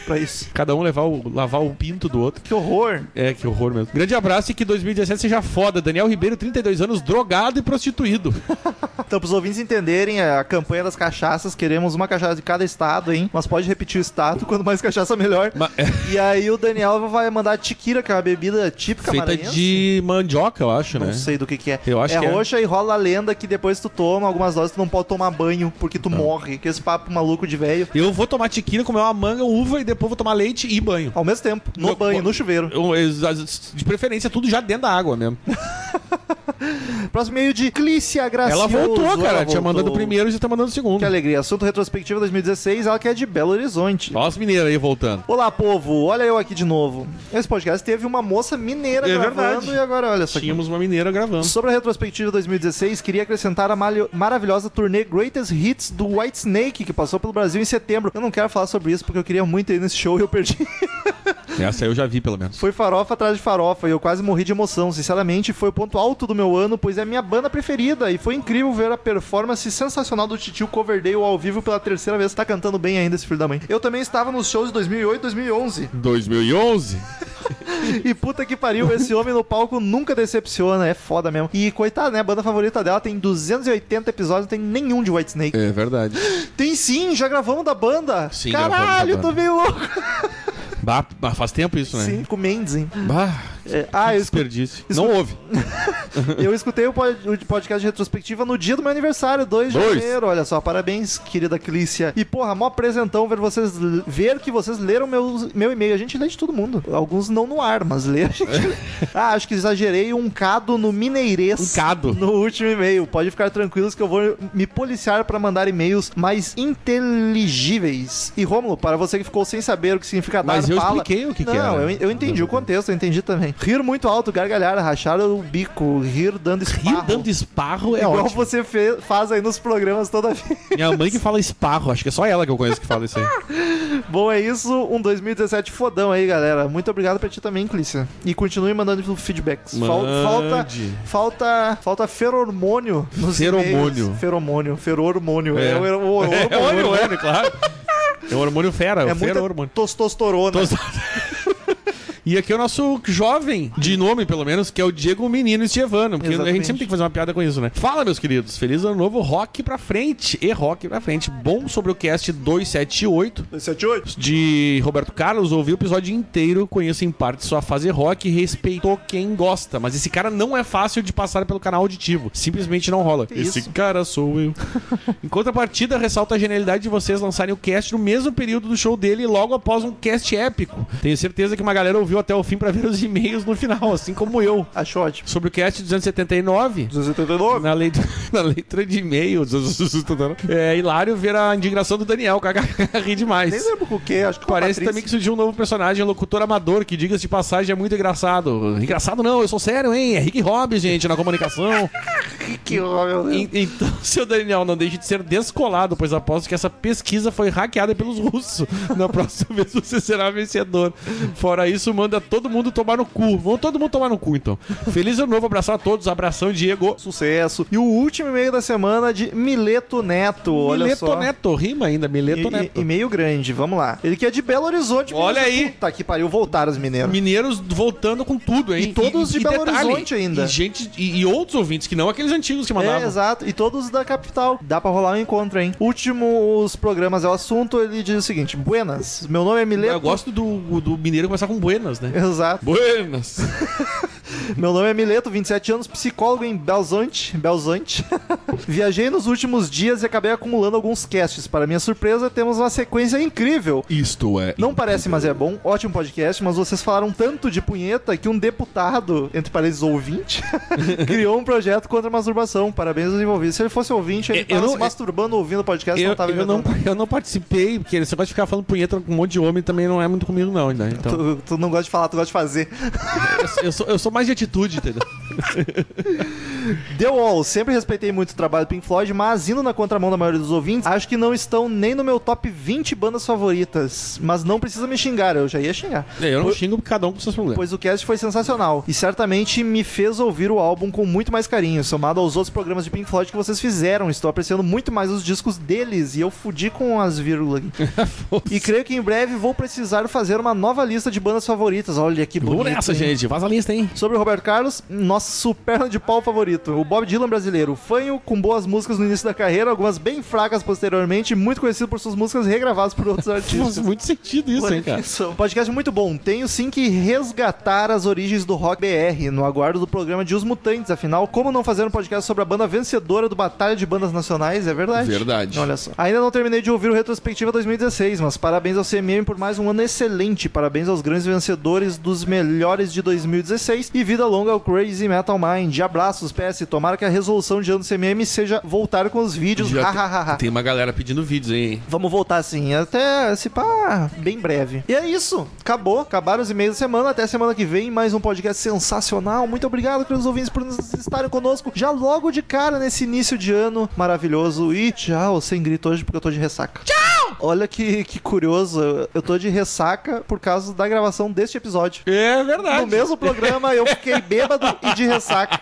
S2: pra isso.
S3: Cada um levar o- lavar o pinto do outro.
S2: Que horror.
S3: É, que horror mesmo. Grande abraço e que 2017 seja foda. Daniel Ribeiro, 32 anos, drogado e prostituído.
S2: Então, pros ouvintes entenderem, é a campanha das cachaças, queremos uma cachaça de cada estado, hein? Mas pode repetir o estado, quanto mais cachaça, melhor.
S3: Ma- é,
S2: E aí o Daniel vai mandar a tiquira, que é uma bebida típica
S3: Feita
S2: maranhense.
S3: de mandioca, eu acho,
S2: Não
S3: né?
S2: sei do que que é.
S3: Eu acho
S2: é
S3: que é.
S2: roxa e rola a lenda que depois tu toma algumas doses, tu não pode tomar banho porque tu morre. Que esse papo maluco de velho.
S3: Eu vou tomar tiquina, comer uma manga, uva e depois vou tomar leite e banho.
S2: Ao mesmo tempo, no
S3: Eu-
S2: banho, no chuveiro.
S3: Eu- eu- De preferência, tudo já dentro da água mesmo.
S2: Próximo meio de Clícia Gracioso.
S3: Ela voltou, cara.
S2: Ela
S3: Tinha
S2: voltou.
S3: mandado o primeiro e você tá mandando o segundo.
S2: Que alegria. Assunto retrospectiva 2016, ela que é de Belo Horizonte.
S3: Olha os mineiros aí voltando.
S2: Olá, povo. Olha eu aqui de novo. Esse podcast teve uma moça mineira
S3: É
S2: gravando
S3: verdade.
S2: e agora olha só aqui.
S3: Tínhamos um- uma mineira gravando.
S2: Sobre a retrospectiva 2016, queria acrescentar a malho- maravilhosa turnê Greatest Hits do Whitesnake, que passou pelo Brasil em setembro. Eu não quero falar sobre isso porque eu queria muito ir nesse show e eu perdi.
S3: Essa eu já vi, pelo menos.
S2: Foi farofa atrás de farofa e eu quase morri de emoção. Sinceramente, foi o ponto alto do meu ano, pois é a minha banda preferida. E foi incrível ver a performance sensacional do Titio Coverdale ao vivo pela terceira vez. Tá cantando bem ainda esse filho da mãe. Eu também estava nos shows de 2008 e 2011.
S3: 2011?
S2: E puta que pariu, esse homem no palco nunca decepciona. É foda mesmo. E coitado, né? A banda favorita dela tem 280 episódios, não tem nenhum de Whitesnake.
S3: É verdade.
S2: Tem sim, já gravamos da banda.
S3: Sim,
S2: Caralho,
S3: gravamos da
S2: tô
S3: banda.
S2: meio louco.
S3: Bah, bah, faz tempo isso, né?
S2: Sim, com o Mendes, hein?
S3: Bah,
S2: É, ah, eu escutei.
S3: desperdício. Não houve.
S2: Eu escutei o pod- o podcast de retrospectiva no dia do meu aniversário, 2 de
S3: Dois.
S2: janeiro. Olha só, parabéns, querida Clícia. E, porra, mó presentão ver vocês ver que vocês leram meus, meu e-mail. A gente lê de todo mundo. Alguns não no ar, mas lê a gente. lê. ah, acho que exagerei um cado no mineirês.
S3: Um cado.
S2: No último e-mail. Pode ficar tranquilos que eu vou me policiar pra mandar e-mails mais inteligíveis. E, Rômulo, para você que ficou sem saber o que significa dar
S3: Mas eu
S2: pala-
S3: expliquei o que que
S2: Não,
S3: era.
S2: eu, eu entendi o contexto, eu entendi também. Rir muito alto, gargalhar, rachar o bico, rir dando esparro.
S3: Rir dando esparro é
S2: Igual
S3: ótimo.
S2: você fe- faz aí nos programas toda vez.
S3: Minha mãe que fala esparro, acho que é só ela que eu conheço que fala isso aí.
S2: Bom, é isso. Um 2017 fodão aí, galera. Muito obrigado pra ti também, Clícia. E continue mandando feedbacks. Fal- falta,
S3: Mande.
S2: falta, falta feromônio nos
S3: Feromônio.
S2: e-mails. Feromônio. Ferormônio. É,
S3: É.
S2: o, o- o-
S3: É, o
S2: hormônio, né?
S3: hormônio, claro. É o hormônio fera,
S2: É
S3: é o fera
S2: muita
S3: hormônio.
S2: testosterona.
S3: Tos- E aqui é o nosso jovem, de nome pelo menos, que é o Diego Menino Estevano. Porque a
S2: Exatamente.
S3: gente sempre tem que fazer uma piada com isso, né? Fala, meus queridos. Feliz ano novo, rock pra frente. E rock pra frente. Bom sobre o cast 278.
S2: 278?
S3: de Roberto Carlos, ouvi o episódio inteiro, conheço em parte sua fase rock e respeitou quem gosta. Mas esse cara não é fácil de passar pelo canal auditivo. Simplesmente não rola.
S2: isso?
S3: esse cara sou eu. em contrapartida, ressalta a genialidade de vocês lançarem o cast no mesmo período do show dele, logo após um cast épico. Tenho certeza que uma galera ouviu até o fim pra ver os e-mails no final, assim como eu.
S2: Achou ótimo.
S3: Sobre o cast 279,
S2: 279?
S3: na letra, na letra de e-mails. É hilário ver a indignação do Daniel. Ri demais.
S2: Nem lembro com o quê, acho que com a
S3: Parece
S2: Patrícia.
S3: também que surgiu um novo personagem, um locutor amador, que diga-se de passagem é muito engraçado. Engraçado não, eu sou sério, hein? É Rick Hobbs, gente, na comunicação.
S2: que ó, meu Deus.
S3: En- então, seu Daniel, não deixe de ser descolado, pois aposto que essa pesquisa foi hackeada pelos russos. Na próxima vez você será vencedor. Fora isso, manda todo mundo tomar no cu. Vamos todo mundo tomar no cu, então. Feliz ano novo, abraço a todos, abração, Diego.
S2: Sucesso. E o último e-mail da semana de Mileto Neto. Olha
S3: Mileto
S2: só.
S3: Neto, rima ainda, Mileto
S2: E-
S3: Neto.
S2: E, meio grande, vamos lá. Ele que é de Belo Horizonte.
S3: Olha
S2: Minas-
S3: aí.
S2: Puta que pariu, voltaram os mineiros.
S3: Mineiros voltando com tudo, hein?
S2: E todos de Belo Horizonte ainda.
S3: E, gente, e, e outros ouvintes, que não aqueles antigos que
S2: É,
S3: mandavam.
S2: exato. E todos da capital. Dá pra rolar um encontro, hein? Últimos programas é o assunto. Ele diz o seguinte: Buenas, meu nome é Mileto.
S3: Eu gosto do, do mineiro começar com buenas, né?
S2: Exato.
S3: Buenas!
S2: Meu nome é Mileto, 27 anos, psicólogo em Belzonte. Belzonte. Viajei nos últimos dias e acabei acumulando alguns casts. Para minha surpresa, temos uma sequência incrível.
S3: Isto é.
S2: Não parece, mas é bom. Ótimo podcast, mas vocês falaram tanto de punheta que um deputado, entre parênteses ouvinte, criou um projeto contra a masturbação. Parabéns aos envolvidos. Se ele fosse ouvinte, ele
S3: Eu- eu
S2: estava
S3: não-
S2: se masturbando ouvindo o podcast,
S3: Eu,
S2: não tava
S3: eu não,
S2: inventando.
S3: eu não participei, porque esse negócio de ficar falando punheta com um monte de homem também não é muito comigo, não, né? Então,
S2: Tu, tu não gosta de falar, tu gosta de fazer.
S3: eu, eu sou, eu sou mais de atitude, entendeu?
S2: The Wall, sempre respeitei muito o trabalho do Pink Floyd, mas indo na contramão da maioria dos ouvintes, acho que não estão nem no meu top 20 bandas favoritas. Mas não precisa me xingar, eu já ia xingar.
S3: É, Eu não xingo cada um com seus problemas.
S2: Pois o cast foi sensacional e certamente me fez ouvir o álbum com muito mais carinho, somado aos outros programas de Pink Floyd que vocês fizeram. Estou apreciando muito mais os discos deles e eu fudi com as vírgulas. aqui. e creio que em breve vou precisar fazer uma nova lista de bandas favoritas. Olha que bonito.
S3: Vamos nessa,
S2: hein?
S3: gente. Vaza a lista, hein?
S2: Sobre o Roberto Carlos, nosso superna de pau favorito. O Bob Dylan brasileiro, fanho com boas músicas no início da carreira, algumas bem fracas posteriormente, muito conhecido por suas músicas regravadas por outros
S3: Faz
S2: artistas.
S3: muito sentido isso, hein, cara?
S2: Um Podcast muito bom. Tenho sim que resgatar as origens do rock BR no aguardo do programa de Os Mutantes. Afinal, como não fazer um podcast sobre a banda vencedora do Batalha de Bandas Nacionais? É verdade.
S3: Verdade.
S2: Olha só. Ainda não terminei de ouvir o Retrospectiva 2016, mas parabéns ao CMM por mais um ano excelente. Parabéns aos grandes vencedores dos melhores de 2016 e vida longa ao Crazy Metal Mind. Abraços, PS. PS. Tomara que a resolução de ano do CMM seja voltar com os vídeos.
S3: Já
S2: Ha,
S3: te-
S2: ha, ha, ha.
S3: Tem uma galera pedindo vídeos aí, hein?
S2: Vamos voltar assim, até se pá, bem breve. E é isso, acabou. Acabaram os e-mails da semana. Até semana que vem, mais um podcast sensacional. Muito obrigado, queridos ouvintes, por nos estarem conosco já logo de cara nesse início de ano maravilhoso. E tchau, sem grito hoje porque eu tô de ressaca. Tchau! Olha que, que curioso, eu- eu tô de ressaca por causa da gravação deste episódio.
S3: É verdade.
S2: No mesmo programa eu fiquei bêbado e de ressaca.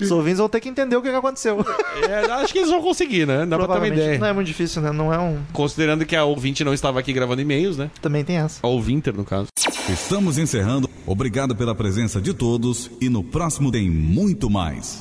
S2: Os ouvintes vão ter que entender o que que aconteceu.
S3: É, acho que eles vão conseguir, né? Dá pra ter uma
S2: Provavelmente.
S3: ideia.
S2: Não é muito difícil, né? Não é um.
S3: Considerando que a ouvinte não estava aqui gravando e-mails, né?
S2: Também tem essa.
S3: A ouvinter, no caso.
S8: Estamos encerrando. Obrigado pela presença de todos e no próximo tem muito mais.